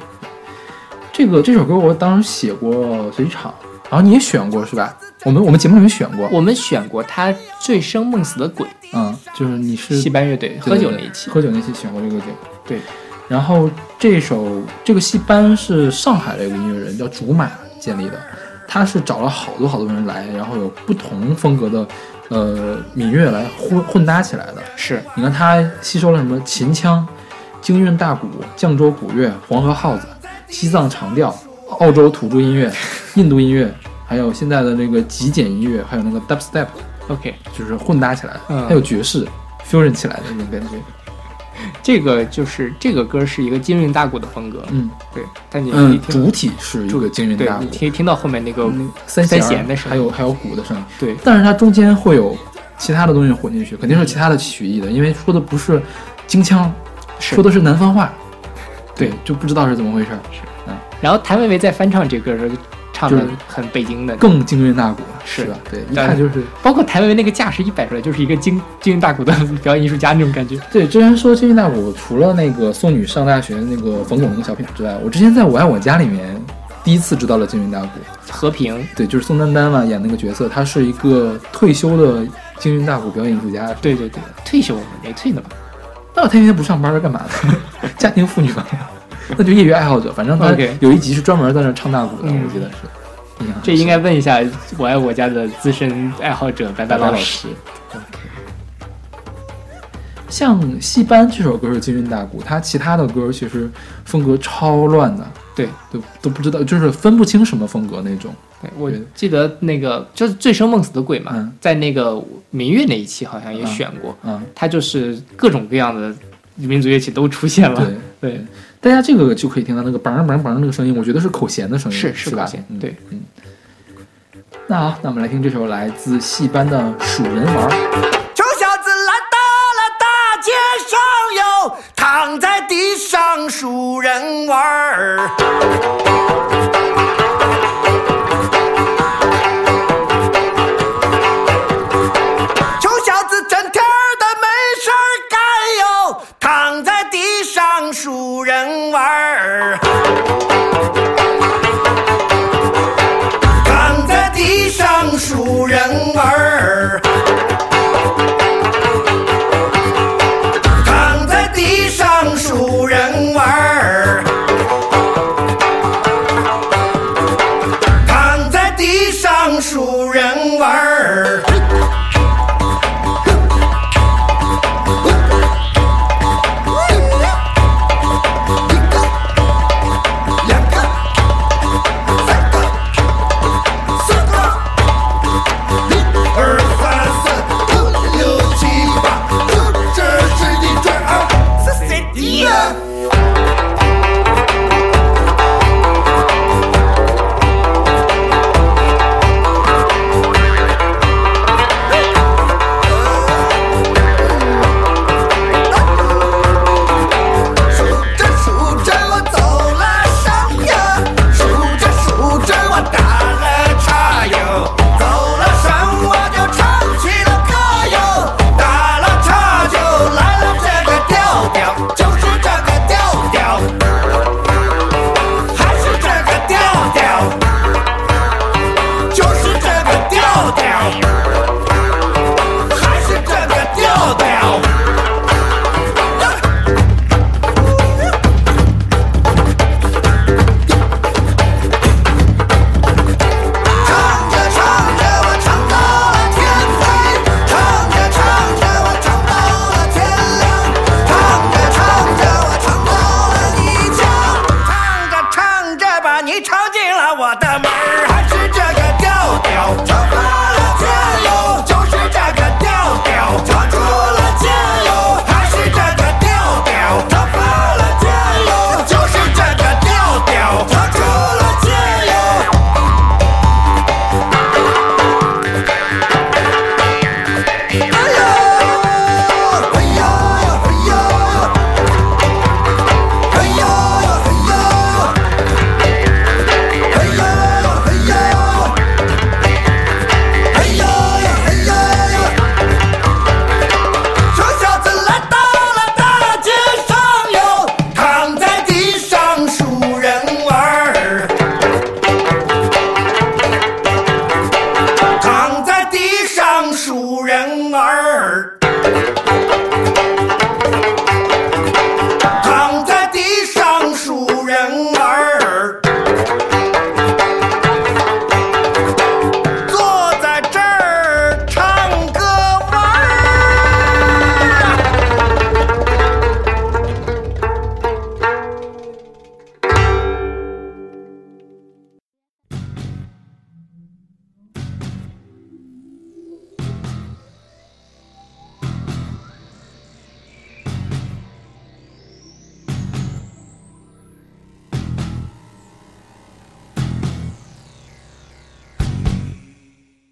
Speaker 2: 这个这首歌我当时写过随机场，然后你也选过是吧？我们我们节目里面选过，
Speaker 3: 我们选过他《醉生梦死的鬼
Speaker 2: 嗯，就是你》，是
Speaker 3: 戏班乐队喝
Speaker 2: 对对
Speaker 3: 酒
Speaker 2: 对
Speaker 3: 那一期，
Speaker 2: 喝酒那期选过这个节目。
Speaker 3: 对，
Speaker 2: 然后这首这个戏班是上海的一个音乐人叫竹马建立的，他是找了好多好多人来，然后有不同风格的呃民乐来混混搭起来的。
Speaker 3: 是
Speaker 2: 你看他吸收了什么秦腔、京韵大鼓、绛州古乐、黄河号子、西藏长调、澳洲土著音乐、印度音乐，还有现在的这个极简音乐，还有那个 dubstep，
Speaker 3: OK，
Speaker 2: 就是混搭起来，
Speaker 3: 嗯
Speaker 2: 它有爵士 fusion 起来的那种感觉。
Speaker 3: 这个就是这个歌是一个金韵大鼓的风格，
Speaker 2: 嗯，
Speaker 3: 对。但你一
Speaker 2: 嗯，
Speaker 3: 听
Speaker 2: 主体是一个金韵
Speaker 3: 对
Speaker 2: 大鼓嗯
Speaker 3: 你，听听到后面那个
Speaker 2: 三
Speaker 3: 弦
Speaker 2: 弦
Speaker 3: 的声音，
Speaker 2: 还有还有鼓的声音，
Speaker 3: 对
Speaker 2: 但是它中间会有其他的东西混进去，肯定是其他的曲艺的，因为说的不是京腔，
Speaker 3: 是
Speaker 2: 说的是南方话，对，就不知道是怎么回事儿，嗯，
Speaker 3: 然后谭维维在翻唱这歌的时候，就唱的
Speaker 2: 就是
Speaker 3: 很北京的，
Speaker 2: 更京韵大鼓了，
Speaker 3: 是
Speaker 2: 是吧？对，一
Speaker 3: 但
Speaker 2: 看就是
Speaker 3: 包括谭维维那个架势一摆出来，就是一个京京韵大鼓的表演艺术家那种感觉。
Speaker 2: 对。之前说京韵大鼓，除了那个送女上大学那个冯巩那个小品之外，我之前在《我爱我家》里面第一次知道了京韵大鼓，
Speaker 3: 和平，
Speaker 2: 对，就是宋丹丹嘛演那个角色，她是一个退休的京韵大鼓表演艺术家，
Speaker 3: 对对对，退休了没退呢吧？
Speaker 2: 那我天天不上班是干嘛 的？家庭妇女吧，那就业余爱好者。反正他
Speaker 3: OK
Speaker 2: 有一集是专门在那唱大鼓的，
Speaker 3: 嗯
Speaker 2: 我记得是。印象很
Speaker 3: 这应该
Speaker 2: 深
Speaker 3: 问一下我爱我家的资深爱好者白
Speaker 2: 白
Speaker 3: 白老
Speaker 2: 老
Speaker 3: 师。
Speaker 2: 师。像《戏班》这首歌是金韵大鼓，他其他的歌其实风格超乱的，
Speaker 3: 对
Speaker 2: 都都不知道，就是分不清什么风格那种。
Speaker 3: 对，我
Speaker 2: 对
Speaker 3: 记得那个就是《醉生梦死的鬼》嘛，
Speaker 2: 嗯
Speaker 3: 在那个民乐那一期好像也选过，
Speaker 2: 嗯，
Speaker 3: 它就是各种各样的民族乐器都出现了。
Speaker 2: 对。
Speaker 3: 对
Speaker 2: 大家这个就可以听到那个梆梆梆那个声音，我觉得是口弦的声音，
Speaker 3: 是
Speaker 2: 是
Speaker 3: 是
Speaker 2: 吧
Speaker 3: 口弦？
Speaker 2: 嗯
Speaker 3: 对，
Speaker 2: 嗯。那好，那我们来听这首来自戏班的《蜀人玩》。
Speaker 11: 臭小子来到了大街上哟，躺在地上数人玩儿。臭小子整天儿的没事儿干哟，躺在地上数人玩儿。躺在地上数人玩儿。躺在地上数人玩儿，躺在地上数人玩儿。两个，三个，四个，一二三四五六七八，这是一转二，是谁的呀？数着数着我走了神呀，数着数着我打了岔哟，走了神我就唱起了歌哟，打了岔就来了这个调调，就是这个调调，还是这个调调，就是这个调调，还是这个调调。唱着唱着，我唱到了天黑；唱着唱着，我唱到了天亮；唱着唱着，我唱到了你家；唱着唱着，把你唱进了我的门儿。还是这个调调，唱破了天哟，就是这个调调，唱出了天哟，还是这个调调，唱破了天哟，就是这个调调，唱出了天哟。哎呀，哎呀呀，哎呀呀，哎呀呀，哎呀呀，哎呀呀，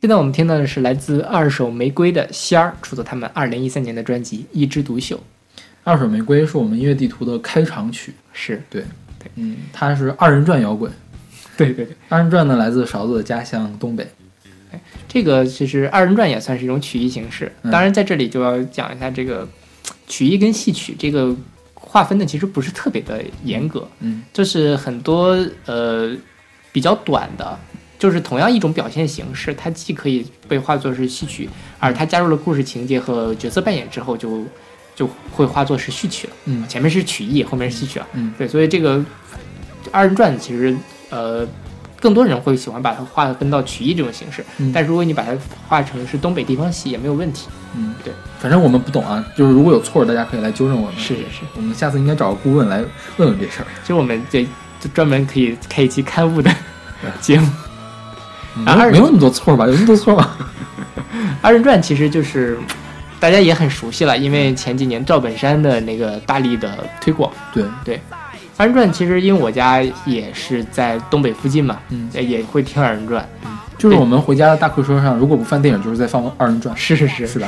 Speaker 3: 现在我们听到的是来自二手玫瑰的《仙儿》，出自他们二零一三年的专辑《一枝独秀》。
Speaker 2: 二手玫瑰是我们音乐地图的开场曲，
Speaker 3: 是
Speaker 2: 对，嗯，它是二人转摇滚，
Speaker 3: 对对对，
Speaker 2: 二人转呢来自勺子的家乡东北，
Speaker 3: 这个其实二人转也算是一种曲艺形式。
Speaker 2: 嗯
Speaker 3: 当然，在这里就要讲一下这个曲艺跟戏曲这个划分的其实不是特别的严格，
Speaker 2: 嗯，
Speaker 3: 就是很多呃比较短的，就是同样一种表现形式，它既可以被化作是戏曲，
Speaker 2: 嗯
Speaker 3: 而它加入了故事情节和角色扮演之后就，就会化作是序曲了。
Speaker 2: 嗯
Speaker 3: 前面是曲艺，后面是戏曲啊。
Speaker 2: 嗯
Speaker 3: 对，所以这个二人转其实呃，更多人会喜欢把它划分到曲艺这种形式，
Speaker 2: 嗯
Speaker 3: 但如果你把它划成是东北地方戏也没有问题。
Speaker 2: 嗯，
Speaker 3: 对，
Speaker 2: 反正我们不懂啊，就是如果有错，大家可以来纠正我们。
Speaker 3: 是是啊是，
Speaker 2: 我们下次应该找个顾问来问问这事儿。
Speaker 3: 就我们这就专门可以开一期刊物的 节目。
Speaker 2: 没
Speaker 3: 然后
Speaker 2: 有嗯
Speaker 3: 二
Speaker 2: 没有那
Speaker 3: 人
Speaker 2: 么多错吧？有那么多错吗？
Speaker 3: 二人转其实就是大家也很熟悉了，因为前几年赵本山的那个大力的推广，
Speaker 2: 对，
Speaker 3: 对，二人转其实因为我家也是在东北附近嘛，
Speaker 2: 嗯
Speaker 3: 也也会听二人转，
Speaker 2: 就是我们回家的大客车上，如果不放电影，就是在放二人转。
Speaker 3: 是是是
Speaker 2: 是吧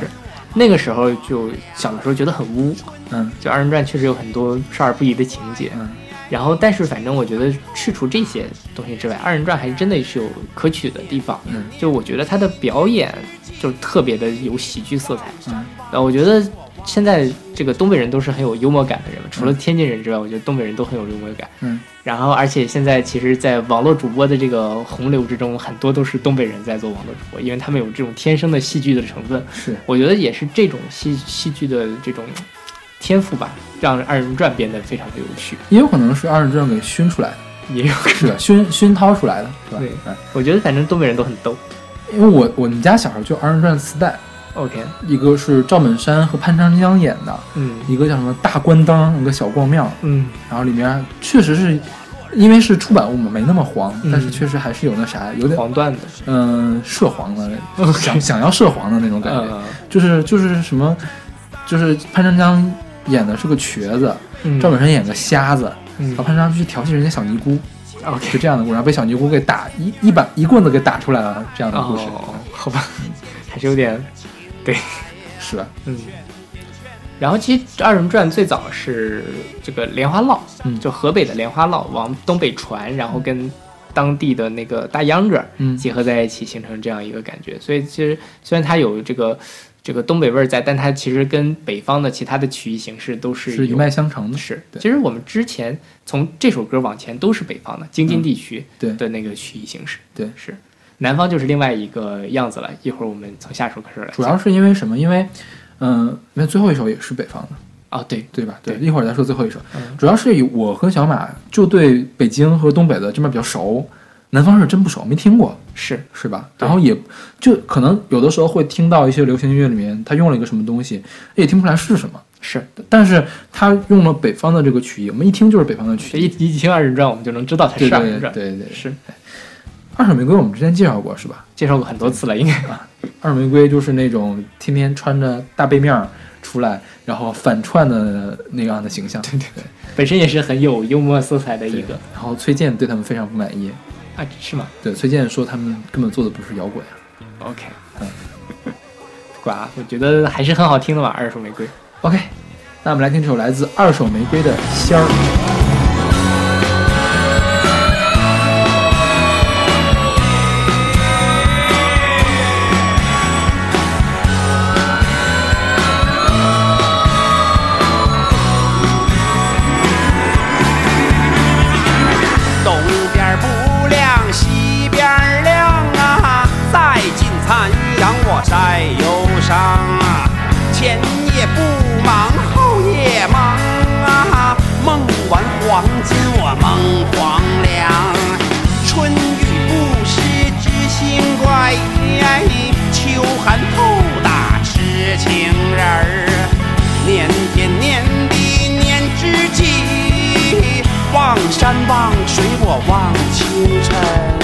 Speaker 3: 那个时候就小的时候觉得很污，
Speaker 2: 嗯
Speaker 3: 就二人转确实有很多少儿不宜的情节，
Speaker 2: 嗯，
Speaker 3: 然后但是反正我觉得去除这些东西之外，二人转还真的是有可取的地方，
Speaker 2: 嗯
Speaker 3: 就我觉得他的表演就特别的有喜剧色彩，
Speaker 2: 嗯
Speaker 3: 呃，我觉得现在这个东北人都是很有幽默感的人嘛，除了天津人之外，我觉得东北人都很有幽默感。
Speaker 2: 嗯，
Speaker 3: 然后，而且现在其实，在网络主播的这个洪流之中，很多都是东北人在做网络主播，因为他们有这种天生的戏剧的成分。
Speaker 2: 是
Speaker 3: 我觉得也是这种戏戏剧的这种天赋吧，让二人转变得非常的有趣。
Speaker 2: 也有可能是二人转给熏出来的，
Speaker 3: 也有，
Speaker 2: 是吧？熏熏陶出来的，是吧？
Speaker 3: 对
Speaker 2: 嗯
Speaker 3: 我觉得反正东北人都很逗。
Speaker 2: 因为我我们家小时候就二人转磁带，
Speaker 3: OK，
Speaker 2: 一个是赵本山和潘长江演的，
Speaker 3: 嗯
Speaker 2: 一个叫什么大关灯，一个小逛庙，
Speaker 3: 嗯，
Speaker 2: 然后里面确实是因为是出版物嘛，没那么黄，
Speaker 3: 嗯
Speaker 2: 但是确实还是有那啥，有点
Speaker 3: 黄段子，
Speaker 2: 嗯、涉黄的，想想要涉黄的那种感觉，
Speaker 3: 呃，
Speaker 2: 就是就是什么，就是潘长江演的是个瘸子，
Speaker 3: 嗯
Speaker 2: 赵本山演个瞎子，
Speaker 3: 嗯
Speaker 2: 然后潘长江去调戏人家小尼姑，是
Speaker 3: OK
Speaker 2: 这样的故事，然后被小尼姑给打一一把一棍子给打出来了，这样的故事、
Speaker 3: 哦，好吧，还是有点
Speaker 2: 是吧？
Speaker 3: 嗯，然后其实二人转最早是这个莲花落，
Speaker 2: 嗯
Speaker 3: 就河北的莲花落往东北传，然后跟当地的那个大秧歌儿
Speaker 2: 嗯
Speaker 3: 结合在一起，形成这样一个感觉。所以其实虽然它有这个这个东北味儿在，但它其实跟北方的其他的曲艺形式都是
Speaker 2: 是一
Speaker 3: 有
Speaker 2: 脉相承的，
Speaker 3: 是，
Speaker 2: 对
Speaker 3: 其实我们之前从这首歌往前都是北方的京津地区
Speaker 2: 对
Speaker 3: 的那个曲艺形式，
Speaker 2: 对
Speaker 3: 是南方就是另外一个样子了。一会儿我们从下首歌来讲，
Speaker 2: 主要是因为什么？因为嗯，因为最后一首也是北方的。
Speaker 3: 哦，对，
Speaker 2: 对吧？
Speaker 3: 对
Speaker 2: 一会儿再说最后一首。
Speaker 3: 嗯
Speaker 2: 主要是以我和小马就对北京和东北的这边比较熟，南方是真不熟，没听过，
Speaker 3: 是
Speaker 2: 是吧？
Speaker 3: 对
Speaker 2: 然后也就可能有的时候会听到一些流行音乐里面他用了一个什么东西，也听不出来是什么，
Speaker 3: 是。
Speaker 2: 但是他用了北方的这个曲艺，我们一听就是北方的曲
Speaker 3: 这一
Speaker 2: 艺。
Speaker 3: 一听二人转，我们就能知道它
Speaker 2: 对
Speaker 3: 是二
Speaker 2: 对
Speaker 3: 人
Speaker 2: 对
Speaker 3: 转。
Speaker 2: 对对，
Speaker 3: 是
Speaker 2: 二手玫瑰我们之前介绍过是吧？
Speaker 3: 介绍过很多次了，应该
Speaker 2: 二手玫瑰就是那种天天穿着大背面儿出来，然后反串的那样的形象。对对对，
Speaker 3: 本身也是很有幽默色彩的一个
Speaker 2: 然后崔健对他们非常不满意，
Speaker 3: 啊，是吗
Speaker 2: 对，崔健说他们根本做的不是摇滚啊。
Speaker 3: ？OK，
Speaker 2: 嗯
Speaker 3: 不管啊，我觉得还是很好听的嘛，《二手玫瑰》。
Speaker 2: OK，那我们来听这首来自二手玫瑰的《仙儿》。
Speaker 12: 东边儿不亮西边儿亮啊，再进残阳我晒忧伤啊，前夜不忙后夜忙啊，梦完黄金我梦黄粱，春雨不湿知心怪，秋寒透打痴情人儿。年天年地年知己，望山望水我望清晨。
Speaker 11: 啊啊啊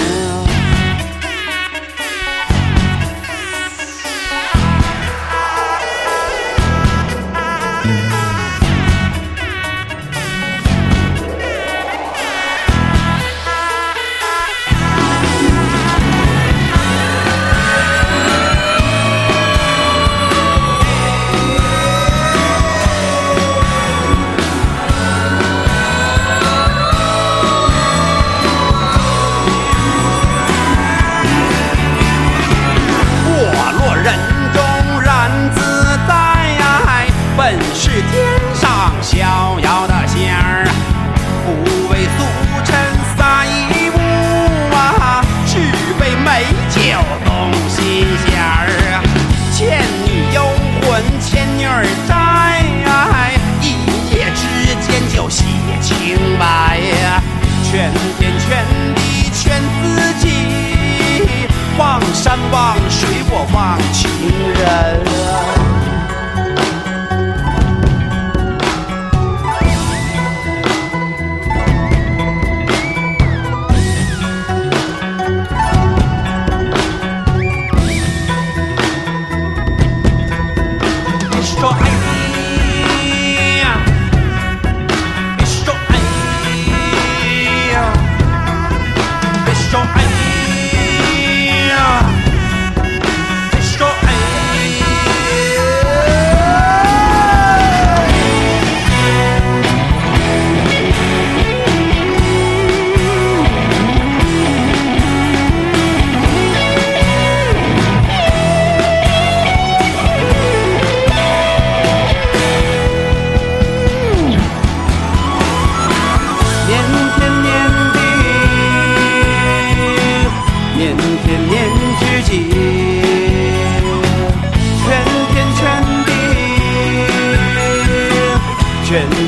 Speaker 11: 啊啊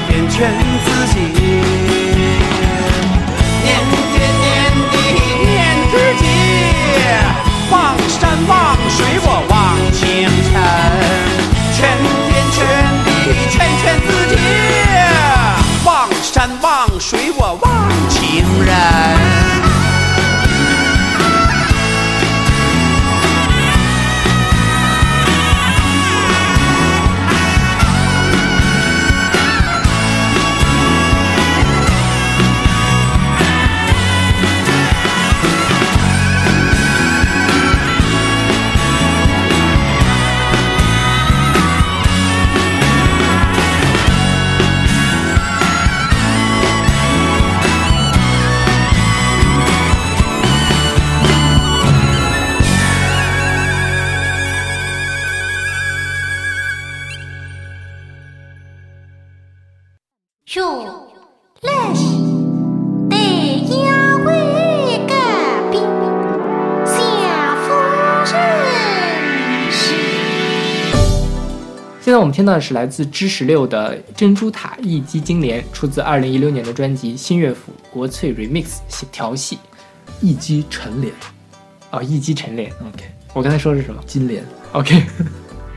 Speaker 12: 遍全自己，念天念地念知己，望山望水我望清晨，全天全地全全自己，望山望水我望情人。
Speaker 13: 入那是得呀为个兵，小夫人是
Speaker 3: 现在我们听到的是来自知十六的《珍珠塔一击金莲》，出自二零一六年的专辑《新乐府国粹 Remix 调戏》。
Speaker 2: 一击陈莲，
Speaker 3: 哦，一击陈莲。
Speaker 2: OK，
Speaker 3: 我刚才说的是什么？
Speaker 2: 金莲。
Speaker 3: OK，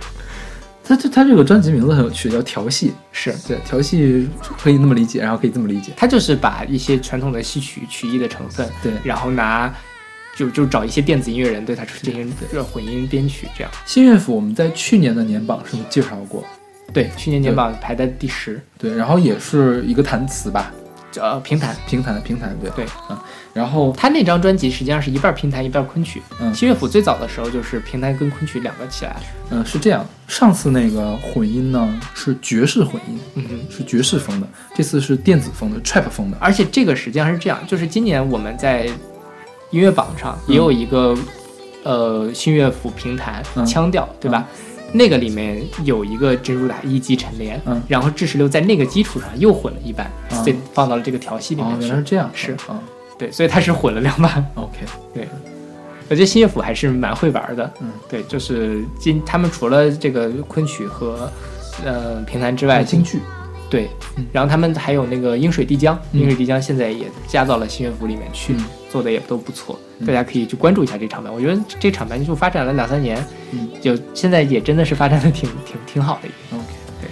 Speaker 2: 他这他这个专辑名字很有趣，叫调戏。
Speaker 3: 是
Speaker 2: 对调戏可以那么理解，然后可以这么理解。
Speaker 3: 他就是把一些传统的戏曲曲艺的成分，
Speaker 2: 对
Speaker 3: 然后拿就就找一些电子音乐人对它进行这混音编曲，这样。
Speaker 2: 新乐府我们在去年的年榜是不是介绍过？
Speaker 3: 对，去年年榜排在第十，
Speaker 2: 对，然后也是一个弹词吧，
Speaker 3: 呃，评弹，
Speaker 2: 评弹，评弹，对
Speaker 3: 对，
Speaker 2: 嗯，然后
Speaker 3: 他那张专辑实际上是一半评弹一半昆曲。
Speaker 2: 嗯
Speaker 3: 新乐府最早的时候就是评弹跟昆曲两个起来，
Speaker 2: 嗯、是这样，上次那个混音呢是爵士混音，
Speaker 3: 嗯哼，
Speaker 2: 是爵士风的，这次是电子风的 trap 风的，
Speaker 3: 而且这个实际上是这样，就是今年我们在音乐榜上也有一个、呃新乐府评弹、
Speaker 2: 嗯
Speaker 3: 腔调，对吧？那个里面有一个珍珠塔一击陈莲，
Speaker 2: 嗯
Speaker 3: 然后智十六在那个基础上又混了一半，
Speaker 2: 嗯
Speaker 3: 所以放到了这个调戏里
Speaker 2: 哦
Speaker 3: 面，去。
Speaker 2: 原来是这样，
Speaker 3: 是
Speaker 2: 啊、
Speaker 3: 对，所以他是混了两版。
Speaker 2: o k
Speaker 3: 对，我觉得新乐府还是蛮会玩的。
Speaker 2: 嗯，
Speaker 3: 对，就是今他们除了这个昆曲和呃评弹之外，
Speaker 2: 京剧，
Speaker 3: 对
Speaker 2: 嗯，
Speaker 3: 然后他们还有那个英水地江，
Speaker 2: 嗯
Speaker 3: 英水地江现在也加到了新乐府里面去，
Speaker 2: 嗯
Speaker 3: 做的也都不错，
Speaker 2: 嗯
Speaker 3: 大家可以去关注一下这场版。我觉得这场版就发展了两三年，
Speaker 2: 嗯
Speaker 3: 就现在也真的是发展的挺挺挺好的。
Speaker 2: ，OK，
Speaker 3: 对，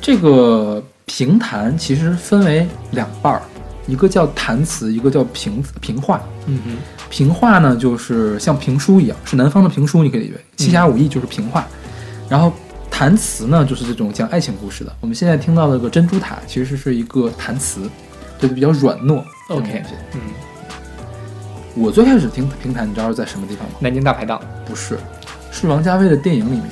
Speaker 2: 这个评弹其实分为两半儿，一个叫弹词，一个叫评评话。
Speaker 3: 嗯哼，
Speaker 2: 评话呢，就是像评书一样，是南方的评书，你可以理解为七侠五义就是评话。然后弹词呢，就是这种讲爱情故事的。我们现在听到的这个珍珠塔，其实是一个弹词，就是比较软糯。
Speaker 3: OK 嗯，
Speaker 2: 我最开始听评弹，你知道是在什么地方吗？
Speaker 3: 南京大排档
Speaker 2: 不是，是王家卫的电影里面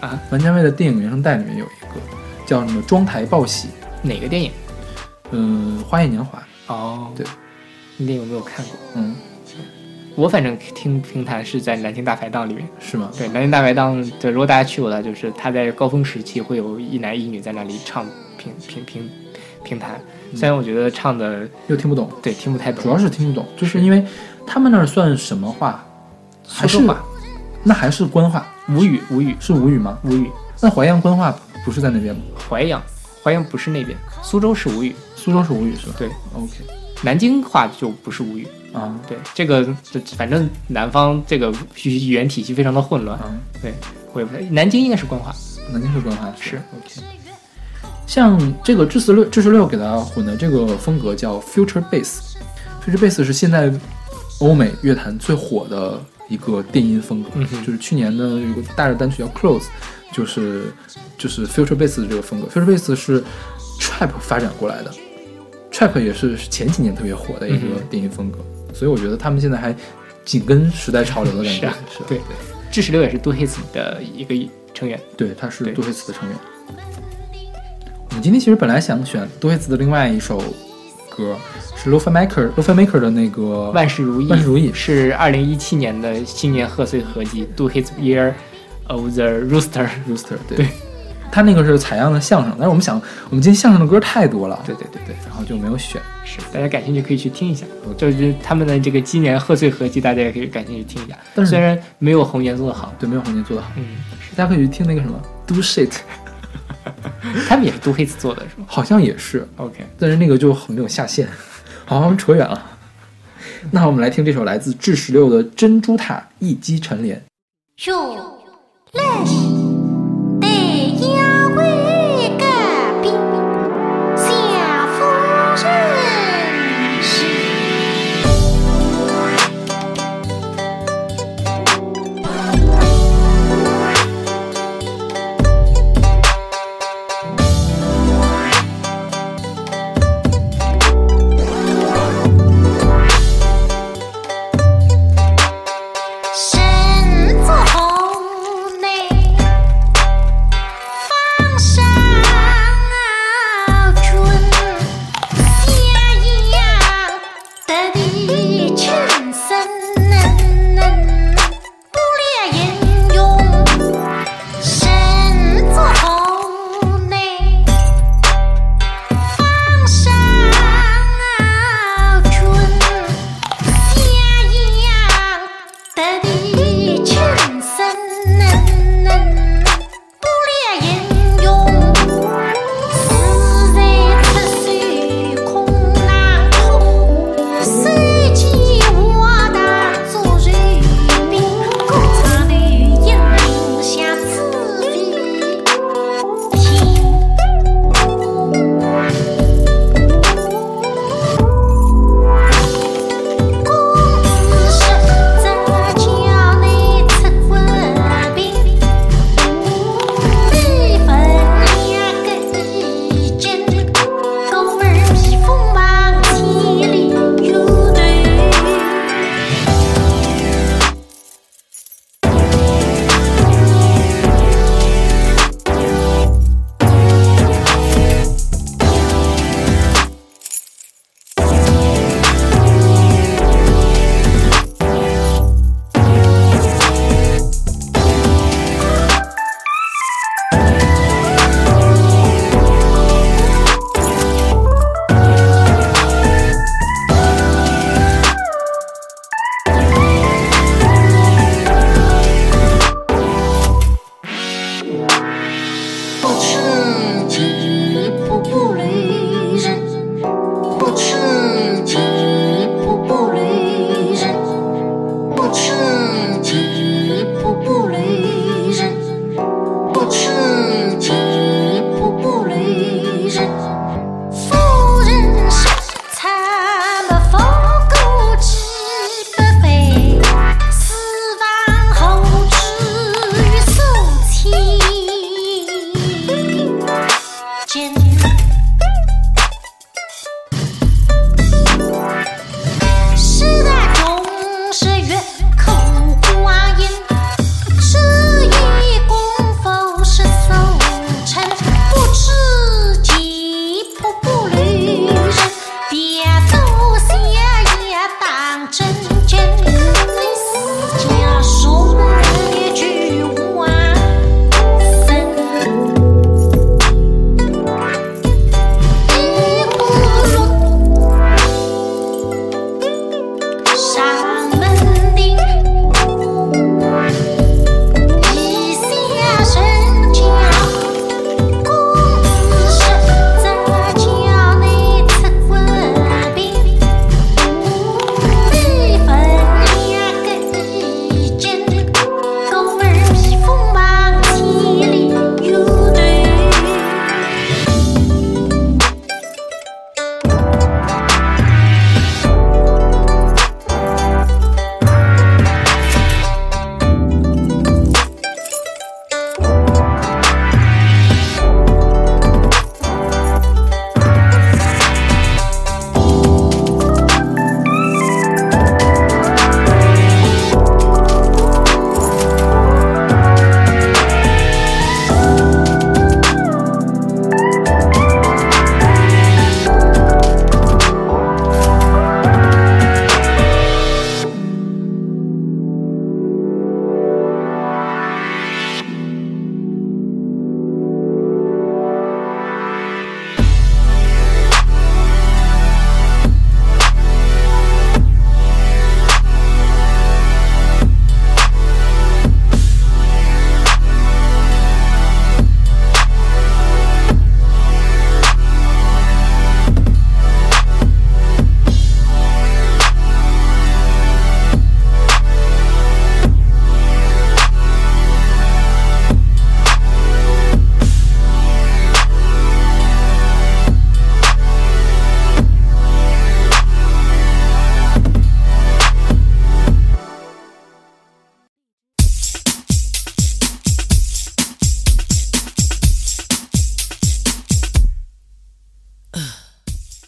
Speaker 3: 啊，
Speaker 2: 王家卫的电影原声带里面有一个叫什么《妆台报喜》，
Speaker 3: 哪个电影？
Speaker 2: 嗯，《花样年华》。
Speaker 3: 哦，
Speaker 2: 对，
Speaker 3: 那电影有没有看过？
Speaker 2: 嗯，
Speaker 3: 我反正听评弹是在南京大排档里面。
Speaker 2: 是吗？
Speaker 3: 对，南京大排档，对，如果大家去过的话，就是他在高峰时期会有一男一女在那里唱评评评评弹，虽然我觉得唱的
Speaker 2: 又听不懂，
Speaker 3: 对听不太懂，
Speaker 2: 主要是听不懂，就是因为他们那儿算什么话？还是
Speaker 3: 苏州话
Speaker 2: 那还是官话，
Speaker 3: 吴语吴语
Speaker 2: 是吴语吗？
Speaker 3: 吴语，
Speaker 2: 那淮扬官话不是在那边吗？
Speaker 3: 淮扬淮扬不是那边，苏州是吴语，
Speaker 2: 苏州是吴语是吧？
Speaker 3: 对，
Speaker 2: ，OK
Speaker 3: 南京话就不是吴语，
Speaker 2: 啊，
Speaker 3: 对，这个这反正南方这个语言体系非常的混乱，
Speaker 2: 啊，
Speaker 3: 对，我也不太，南京应该是官话，
Speaker 2: 南京是官话
Speaker 3: 是
Speaker 2: OK。像这个智十六，智十六给它混的这个风格叫 future bass，future bass 是现在欧美乐坛最火的一个电音风格，
Speaker 3: 嗯哼
Speaker 2: 就是去年的有个大热单曲叫 close，就是就是 future bass 的这个风格，future bass 是 trap 发展过来的，trap 也是前几年特别火的一个
Speaker 3: 嗯哼
Speaker 2: 电音风格，所以我觉得他们现在还紧跟时代潮流的感觉，
Speaker 3: 是啊
Speaker 2: 是啊
Speaker 3: 对智十六也是杜黑子的一个成员，
Speaker 2: 对，他是
Speaker 3: 对
Speaker 2: 杜黑茨的成员。我们今天其实本来想选杜黑茨的另外一首歌，是 Lofa Maker Lofa Maker 的那个
Speaker 3: 万事如意，
Speaker 2: 万事如意
Speaker 3: 是二零一七年的新年贺岁合集《Do His Year of the Rooster》。
Speaker 2: Rooster，对，他那个是采样的相声，但是我们想，我们今天相声的歌太多了，
Speaker 3: 对对对对，
Speaker 2: 然后就没有选。
Speaker 3: 是大家感兴趣可以去听一下，就是他们的这个今年贺岁合集，大家也可以感兴趣听一下。
Speaker 2: 但是
Speaker 3: 虽然没有红颜做的好，
Speaker 2: 对，没有红姐做的好，
Speaker 3: 嗯，
Speaker 2: 大家可以去听那个什么 Do Shit，
Speaker 3: 他们也是杜黑子做的是吗？
Speaker 2: 好像也是
Speaker 3: OK，
Speaker 2: 但是那个就很没有下限。好，我们扯远了。那我们来听这首来自智十六的《珍珠塔一击成帘》。
Speaker 13: 哟，那是得呀为个兵，小夫人是。身作红内啊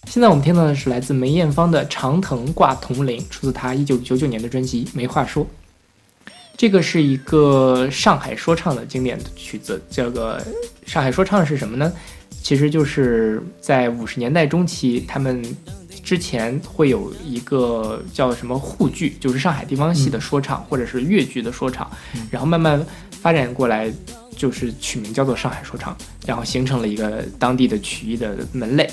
Speaker 3: 现在我们听到的是来自梅艳芳的《长藤挂铜铃》，出自她一九九九年的专辑《没话说》。这个是一个上海说唱的经典曲子。这个上海说唱是什么呢？其实就是在五十年代中期，他们之前会有一个叫什么沪剧，就是上海地方戏的说唱，或者是粤剧的说唱，然后慢慢发展过来，就是取名叫做上海说唱，然后形成了一个当地的曲艺的门类。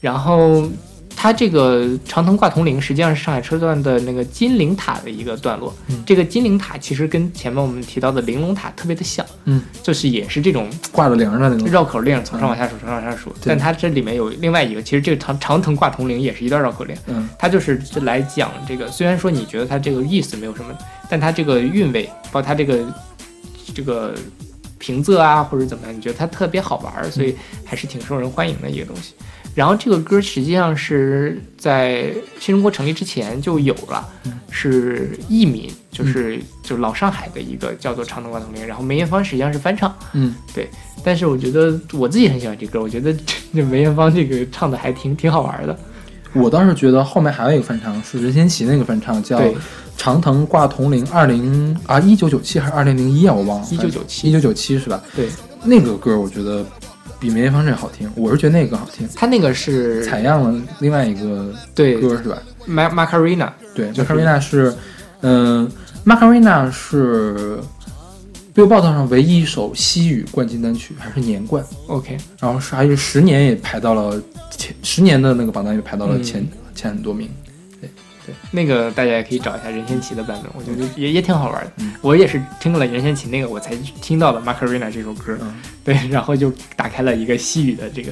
Speaker 3: 然后它这个长藤挂铜铃实际上是上海车段的那个金陵塔的一个段落。这个金陵塔其实跟前面我们提到的玲珑塔特别的像，
Speaker 2: 嗯，
Speaker 3: 就是也是这种
Speaker 2: 挂着铃儿的那种
Speaker 3: 绕口令，从上往下数，从上往下数。
Speaker 2: 嗯对
Speaker 3: 但它这里面有另外一个，其实这个长长藤挂铜铃也是一段绕口令，
Speaker 2: 嗯，
Speaker 3: 它就是来讲这个。虽然说你觉得它这个意思没有什么，但它这个韵味，包括它这个这个平仄啊，或者怎么样，你觉得它特别好玩
Speaker 2: 嗯
Speaker 3: 儿，所以还是挺受人欢迎的一个东西。然后这个歌实际上是在新中国成立之前就有了，
Speaker 2: 嗯
Speaker 3: 是艺民，就是就老上海的一个叫做《长藤挂铜铃》，然后梅艳芳实际上是翻唱，
Speaker 2: 嗯，
Speaker 3: 对，但是我觉得我自己很喜欢这歌，我觉得这这梅艳芳这个唱的还挺挺好玩的。
Speaker 2: 我倒是觉得后面还有一个翻唱是任贤齐那个翻唱，叫
Speaker 3: 对
Speaker 2: 《长藤挂铜铃》，二零啊一九九七还是二零零一啊，我忘了，
Speaker 3: 1997
Speaker 2: 一九九七是吧？
Speaker 3: 对，
Speaker 2: 那个歌我觉得比梅艳芳这好听，我是觉得那个好听。
Speaker 3: 他那个是
Speaker 2: 采样了另外一个
Speaker 3: 对
Speaker 2: 歌是吧？
Speaker 3: Ma Macarena，
Speaker 2: 对，Macarena 是，嗯、m a c a r e n a 是 Billboard 上唯一一首西语冠军单曲，还是年冠。
Speaker 3: OK，
Speaker 2: 然后是还是十年也排到了前十年的那个榜单也排到了前、前很多名。
Speaker 3: 那个大家也可以找一下任贤齐的版本，我觉得也也挺好玩的。我也是听了任贤齐那个，我才听到了《Macarena》这首歌，对，然后就打开了一个西语的这个，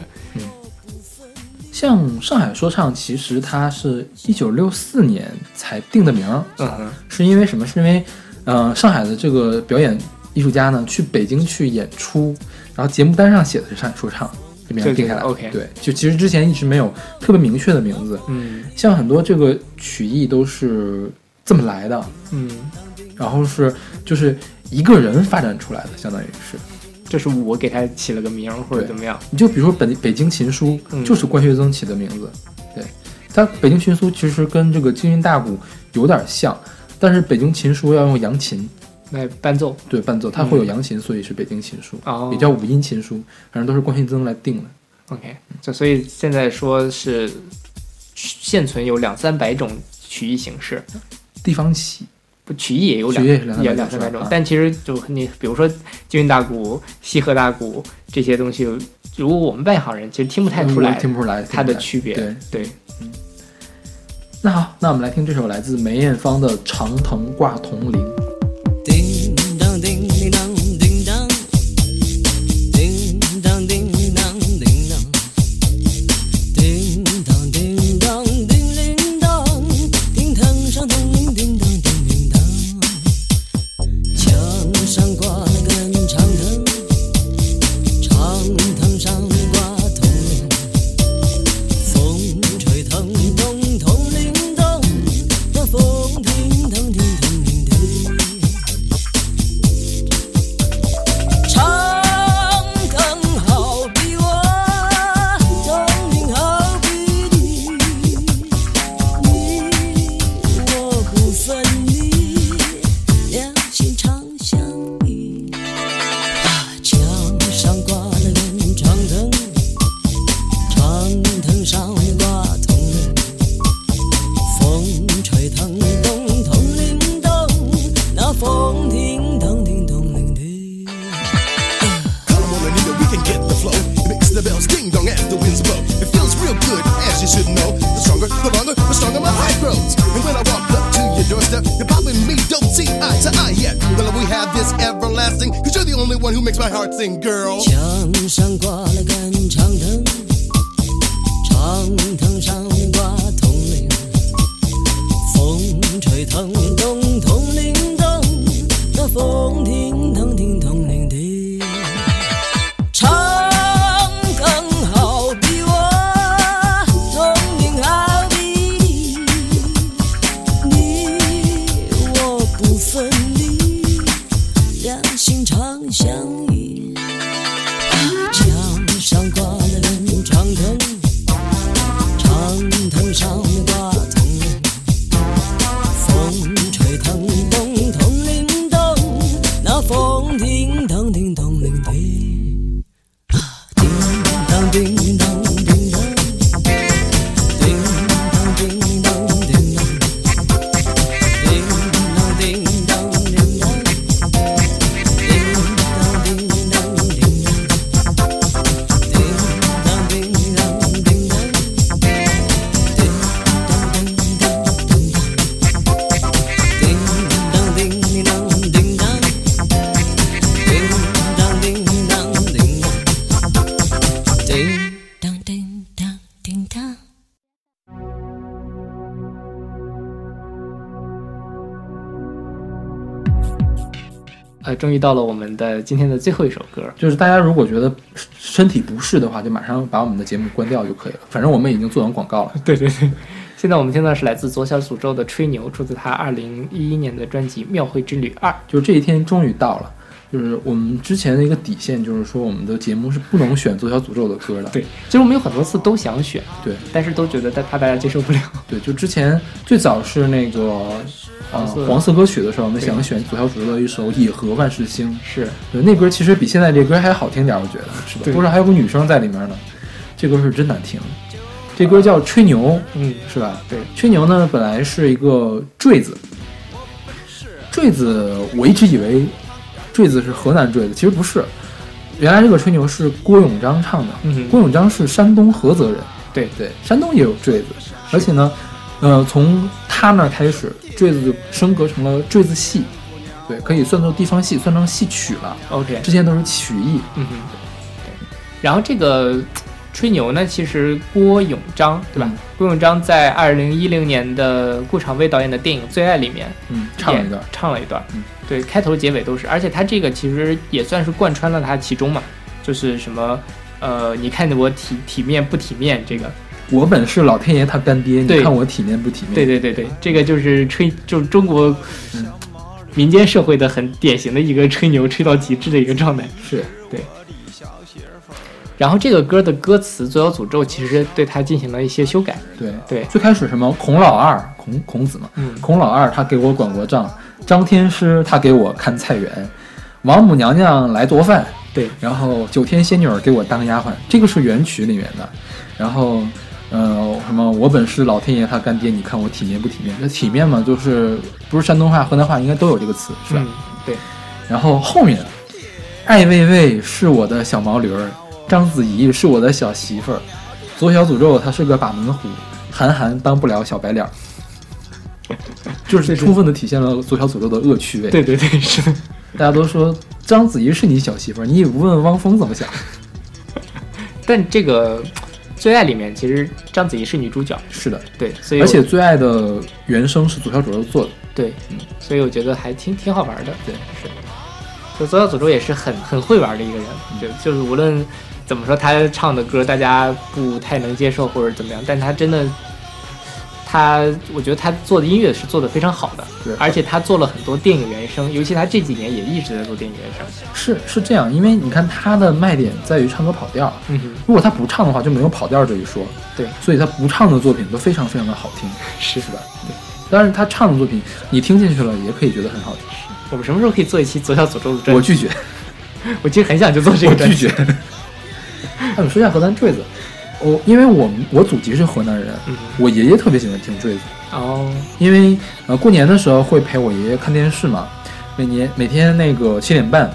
Speaker 2: 像上海说唱，其实它是一九六四年才定的名儿，
Speaker 3: 嗯哼，
Speaker 2: 是因为什么？是因为，呃，上海的这个表演艺术家呢，去北京去演出，然后节目单上写的是上海说唱，这名字
Speaker 3: 就
Speaker 2: 定下来了。
Speaker 3: OK
Speaker 2: 对，就其实之前一直没有特别明确的名字，
Speaker 3: 嗯
Speaker 2: 像很多这个曲艺都是这么来的，
Speaker 3: 嗯，
Speaker 2: 然后是就是一个人发展出来的，相当于是。
Speaker 3: 这是我给他起了个名儿或者
Speaker 2: 对
Speaker 3: 怎么样，
Speaker 2: 你就比如说北北京琴书，
Speaker 3: 嗯
Speaker 2: 就是关学增起的名字。对，它北京琴书其实跟这个京韵大鼓有点像，但是北京琴书要用扬琴
Speaker 3: 来伴奏，
Speaker 2: 对伴奏，它会
Speaker 3: 嗯
Speaker 2: 有扬琴，所以是北京琴书，
Speaker 3: 哦
Speaker 2: 也叫五音琴书，反正都是关学增来定的。
Speaker 3: OK，就所以现在说是现存有两三百种曲艺形式，
Speaker 2: 地方戏
Speaker 3: 不曲艺也有两
Speaker 2: 曲艺也是两三百
Speaker 3: 也
Speaker 2: 种
Speaker 3: 两三百种
Speaker 2: 是吧，
Speaker 3: 但其实就你比如说京韵大鼓、西河大鼓这些东西，如果我们外行人其实听不太出来，
Speaker 2: 嗯听不出来
Speaker 3: 它的区别。
Speaker 2: 听不出来
Speaker 3: 对，
Speaker 2: 那好，那我们来听这首来自梅艳芳的《长藤挂铜铃》。
Speaker 14: 叮当叮当叮当，叮当叮当叮当，叮当叮当叮铃当，厅堂上铜铃叮当叮铃当，墙上挂了根长藤，长藤上挂铜铃，风吹藤动铜铃动，那风叮当叮当叮当。长藤好比我，铜铃好比你，你我不分离，两心长相依。啊，墙上挂了根长藤，长藤上挂铜铃，风吹藤动铜铃动，那风叮当叮咚铃。
Speaker 15: Come on, Anita, we can get the flow. It makes the bells ding dong as the winds blow. It feels real good, as you should know. The stronger, the longer, the stronger my heart grows. And when I walk up to your doorstep, you probably and me don't see eye to eye yet. The love we have is everlasting, cause you're the only one who makes my heart sing, girl.
Speaker 14: 墙上挂了根长藤，长藤上挂铜铃，风吹藤动铜铃动，那风叮当叮铜铃叮。长藤好比我，铜铃好比你，你我不分离，两心常相依。墙上挂了根长藤，长树上的挂铜铃，风吹藤动铜铃动，那风叮当叮咚铃叮，啊叮当叮当叮当，叮当叮当叮当，叮当叮当叮当，叮当叮当叮当。当叮当叮当，叮当叮当叮当，叮当叮当叮当，叮当叮当叮当，叮。
Speaker 3: 呃，终于到了我们的今天的最后一首歌，
Speaker 2: 就是大家如果觉得身体不适的话，就马上把我们的节目关掉就可以了。反正我们已经做完广告了。
Speaker 3: 对对对。现在我们听到是来自左小诅咒的《吹牛》，出自他二零一一年的专辑《庙会之旅二》。
Speaker 2: 就是这一天终于到了，就是我们之前的一个底线，就是说我们的节目是不能选左小诅咒的歌的。
Speaker 3: 对，其实我们有很多次都想选，
Speaker 2: 对，
Speaker 3: 但是都觉得他怕大家接受不了。
Speaker 2: 对，就之前最早是那个呃
Speaker 3: 黄色
Speaker 2: 黄色歌曲的时候，我们
Speaker 3: 对
Speaker 2: 想选左小诅咒的一首《野河万事兴》，
Speaker 3: 是
Speaker 2: 对那歌其实比现在这歌还好听点儿，我觉得是吧？
Speaker 3: 对
Speaker 2: 多少还有个女生在里面呢，这歌是真难听。这歌叫《吹牛》，
Speaker 3: 嗯，
Speaker 2: 是吧？
Speaker 3: 对，《
Speaker 2: 吹牛》呢本来是一个坠子，坠子我一直以为坠子是河南坠子，其实不是。原来这个吹牛是郭永章唱的，
Speaker 3: 嗯
Speaker 2: 郭永章是山东菏泽人，
Speaker 3: 对
Speaker 2: 对，山东也有坠子，而且呢，呃，从他那儿开始，坠子就升格成了坠子戏，对，可以算作地方戏，算成戏曲了。
Speaker 3: OK
Speaker 2: 之前都是曲艺，
Speaker 3: 嗯哼。然后这个嘖吹牛呢，其实郭永章对吧？
Speaker 2: 嗯
Speaker 3: 郭永章在二零一零年的顾长卫导演的电影《最爱》里面，
Speaker 2: 嗯，唱了一段嗯
Speaker 3: 也，唱了一段，对，开头结尾都是，而且他这个其实也算是贯穿了他其中嘛，就是什么呃，你看我体体面不体面这个，
Speaker 2: 我本是老天爷他干爹，
Speaker 3: 对
Speaker 2: 你看我体面不体面？
Speaker 3: 对对对对，这个就是吹，就是中国
Speaker 2: 嗯
Speaker 3: 民间社会的很典型的一个吹牛吹到极致的一个状态。
Speaker 2: 是
Speaker 3: 对。然后这个歌的歌词《左小诅咒》其实对它进行了一些修改。
Speaker 2: 对
Speaker 3: 对
Speaker 2: 最开始什么孔老二，孔孔子嘛，
Speaker 3: 嗯
Speaker 2: 孔老二他给我管过账，张天师他给我看菜园，王母娘娘来做饭，
Speaker 3: 对，
Speaker 2: 然后九天仙女儿给我当丫鬟，这个是原曲里面的，然后。呃，什么？我本是老天爷他干爹，你看我体面不体面？这体面嘛，就是不是山东话、河南话，应该都有这个词，是吧？
Speaker 3: 嗯对，
Speaker 2: 然后后面，艾未未是我的小毛驴儿，章子怡是我的小媳妇儿，左小诅咒他是个把门虎，韩寒当不了小白脸儿， 就是充分的体现了左小诅咒的恶趣味。
Speaker 3: 对对对， 是。
Speaker 2: 大家都说章子怡是你小媳妇儿，你也不问汪峰怎么想。
Speaker 3: 但这个《最爱》里面其实章子怡是女主角。
Speaker 2: 是的，
Speaker 3: 对，所以
Speaker 2: 而
Speaker 3: 我
Speaker 2: 且最爱的原声是左小诅咒做的。
Speaker 3: 对，嗯所以我觉得还挺挺好玩的。
Speaker 2: 对，
Speaker 3: 是。就左小诅咒也是很很会玩的一个人，
Speaker 2: 嗯
Speaker 3: 就就是无论怎么说，他唱的歌大家不太能接受或者怎么样，但他真的，他我觉得他做的音乐是做的非常好的，
Speaker 2: 对
Speaker 3: 而且他做了很多电影原声，尤其他这几年也一直在做电影原声。
Speaker 2: 是是这样，因为你看他的卖点在于唱歌跑调，
Speaker 3: 嗯哼，
Speaker 2: 如果他不唱的话就没有跑调这一说。
Speaker 3: 对，
Speaker 2: 所以他不唱的作品都非常非常的好听，
Speaker 3: 是
Speaker 2: 吧？对，但是他唱的作品你听进去了也可以觉得很好听。
Speaker 3: 我们什么时候可以做一期左小诅咒的专辑？
Speaker 2: 我拒绝，
Speaker 3: 我其实很想就 做这个
Speaker 2: 我
Speaker 3: 专
Speaker 2: 拒
Speaker 3: 辑。
Speaker 2: 绝。 那我说一下河南坠子，我因为我们我祖籍是河南人，
Speaker 3: 嗯
Speaker 2: 我爷爷特别喜欢听坠子，
Speaker 3: 哦，
Speaker 2: 因为呃过年的时候会陪我爷爷看电视嘛，每年每天那个七点半，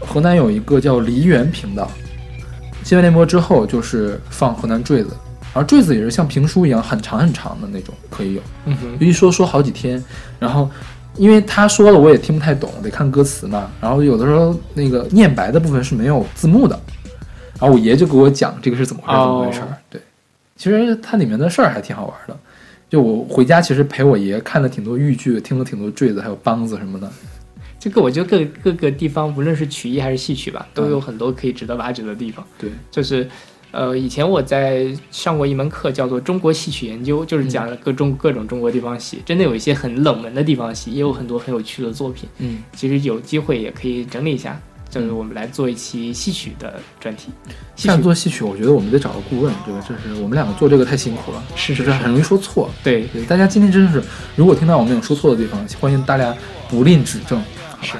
Speaker 2: 河南有一个叫梨园频道，新闻联播之后就是放河南坠子，而坠子也是像评书一样很长很长的那种，可以有，
Speaker 3: 嗯哼，
Speaker 2: 一说说好几天，然后因为他说了我也听不太懂，得看歌词嘛，然后有的时候那个念白的部分是没有字幕的，然后我爷就给我讲这个是怎么回事，怎么回事儿，
Speaker 3: 哦
Speaker 2: 对。其实它里面的事儿还挺好玩的。就我回家其实陪我爷看了挺多豫剧，听了挺多坠子，还有梆子什么的。
Speaker 3: 这个我觉得各各个地方，无论是曲艺还是戏曲吧，
Speaker 2: 嗯
Speaker 3: 都有很多可以值得挖掘的地方。
Speaker 2: 对，
Speaker 3: 就是，呃，以前我在上过一门课，叫做《中国戏曲研究》，就是讲
Speaker 2: 嗯
Speaker 3: 了各种、各种中国地方戏，真的有一些很冷门的地方戏，也有很多很有趣的作品。
Speaker 2: 嗯，
Speaker 3: 其实有机会也可以整理一下，就是我们来做一期戏曲的专题。戏
Speaker 2: 像
Speaker 3: 曲
Speaker 2: 做戏曲，我觉得我们得找个顾问，对吧？就是我们两个做这个太辛苦了，
Speaker 3: 是
Speaker 2: 是是，很容易说错。
Speaker 3: 对，
Speaker 2: 大家今天真是，如果听到我们有说错的地方，欢迎大家不吝指正。
Speaker 3: 是。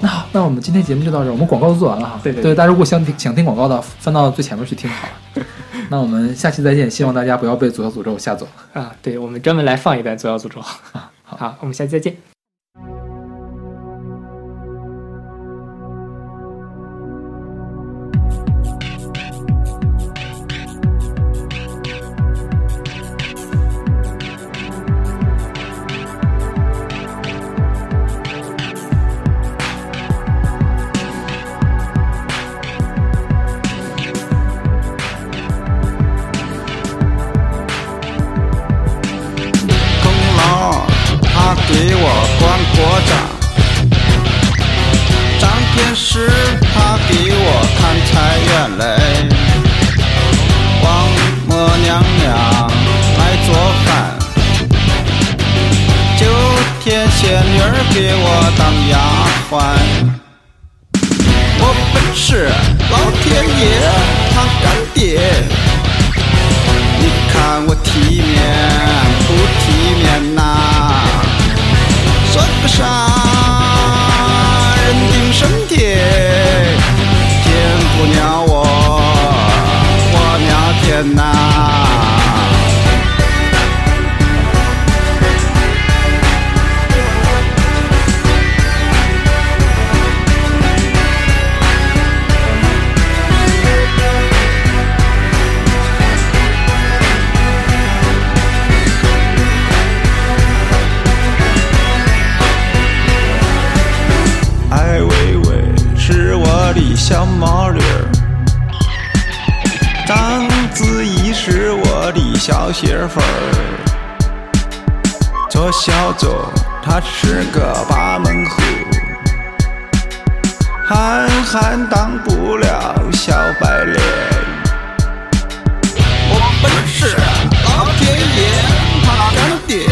Speaker 2: 那好，那我们今天节目就到这儿，我们广告都做完了哈。
Speaker 3: 对对
Speaker 2: 对
Speaker 3: 对
Speaker 2: 大家如果想听想听广告的，翻到最前面去听好了。 那我们下期再见，希望大家不要被左右诅咒吓走。
Speaker 3: 啊，对，我们专门来放一段《左摇诅咒》
Speaker 2: 啊
Speaker 3: 好，我们下期再见。
Speaker 16: 功劳，他给我关国长。张天师，他给我看财运来。王母娘娘来做饭。九天仙女儿给我当丫鬟。我本是老天爷，他干爹。你看我体面不体面呐、算个啥？人定胜天，天不鸟我，我鸟天呐、艾薇薇是我的小毛驴儿，章子怡是我的小媳妇儿，左小左他是个八门虎，憨憨当不了小白脸。我本是老天爷他干爹。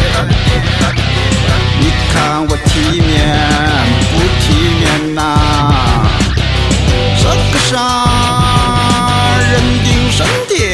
Speaker 16: 你看我体面不体面呐、这个啥人定胜天，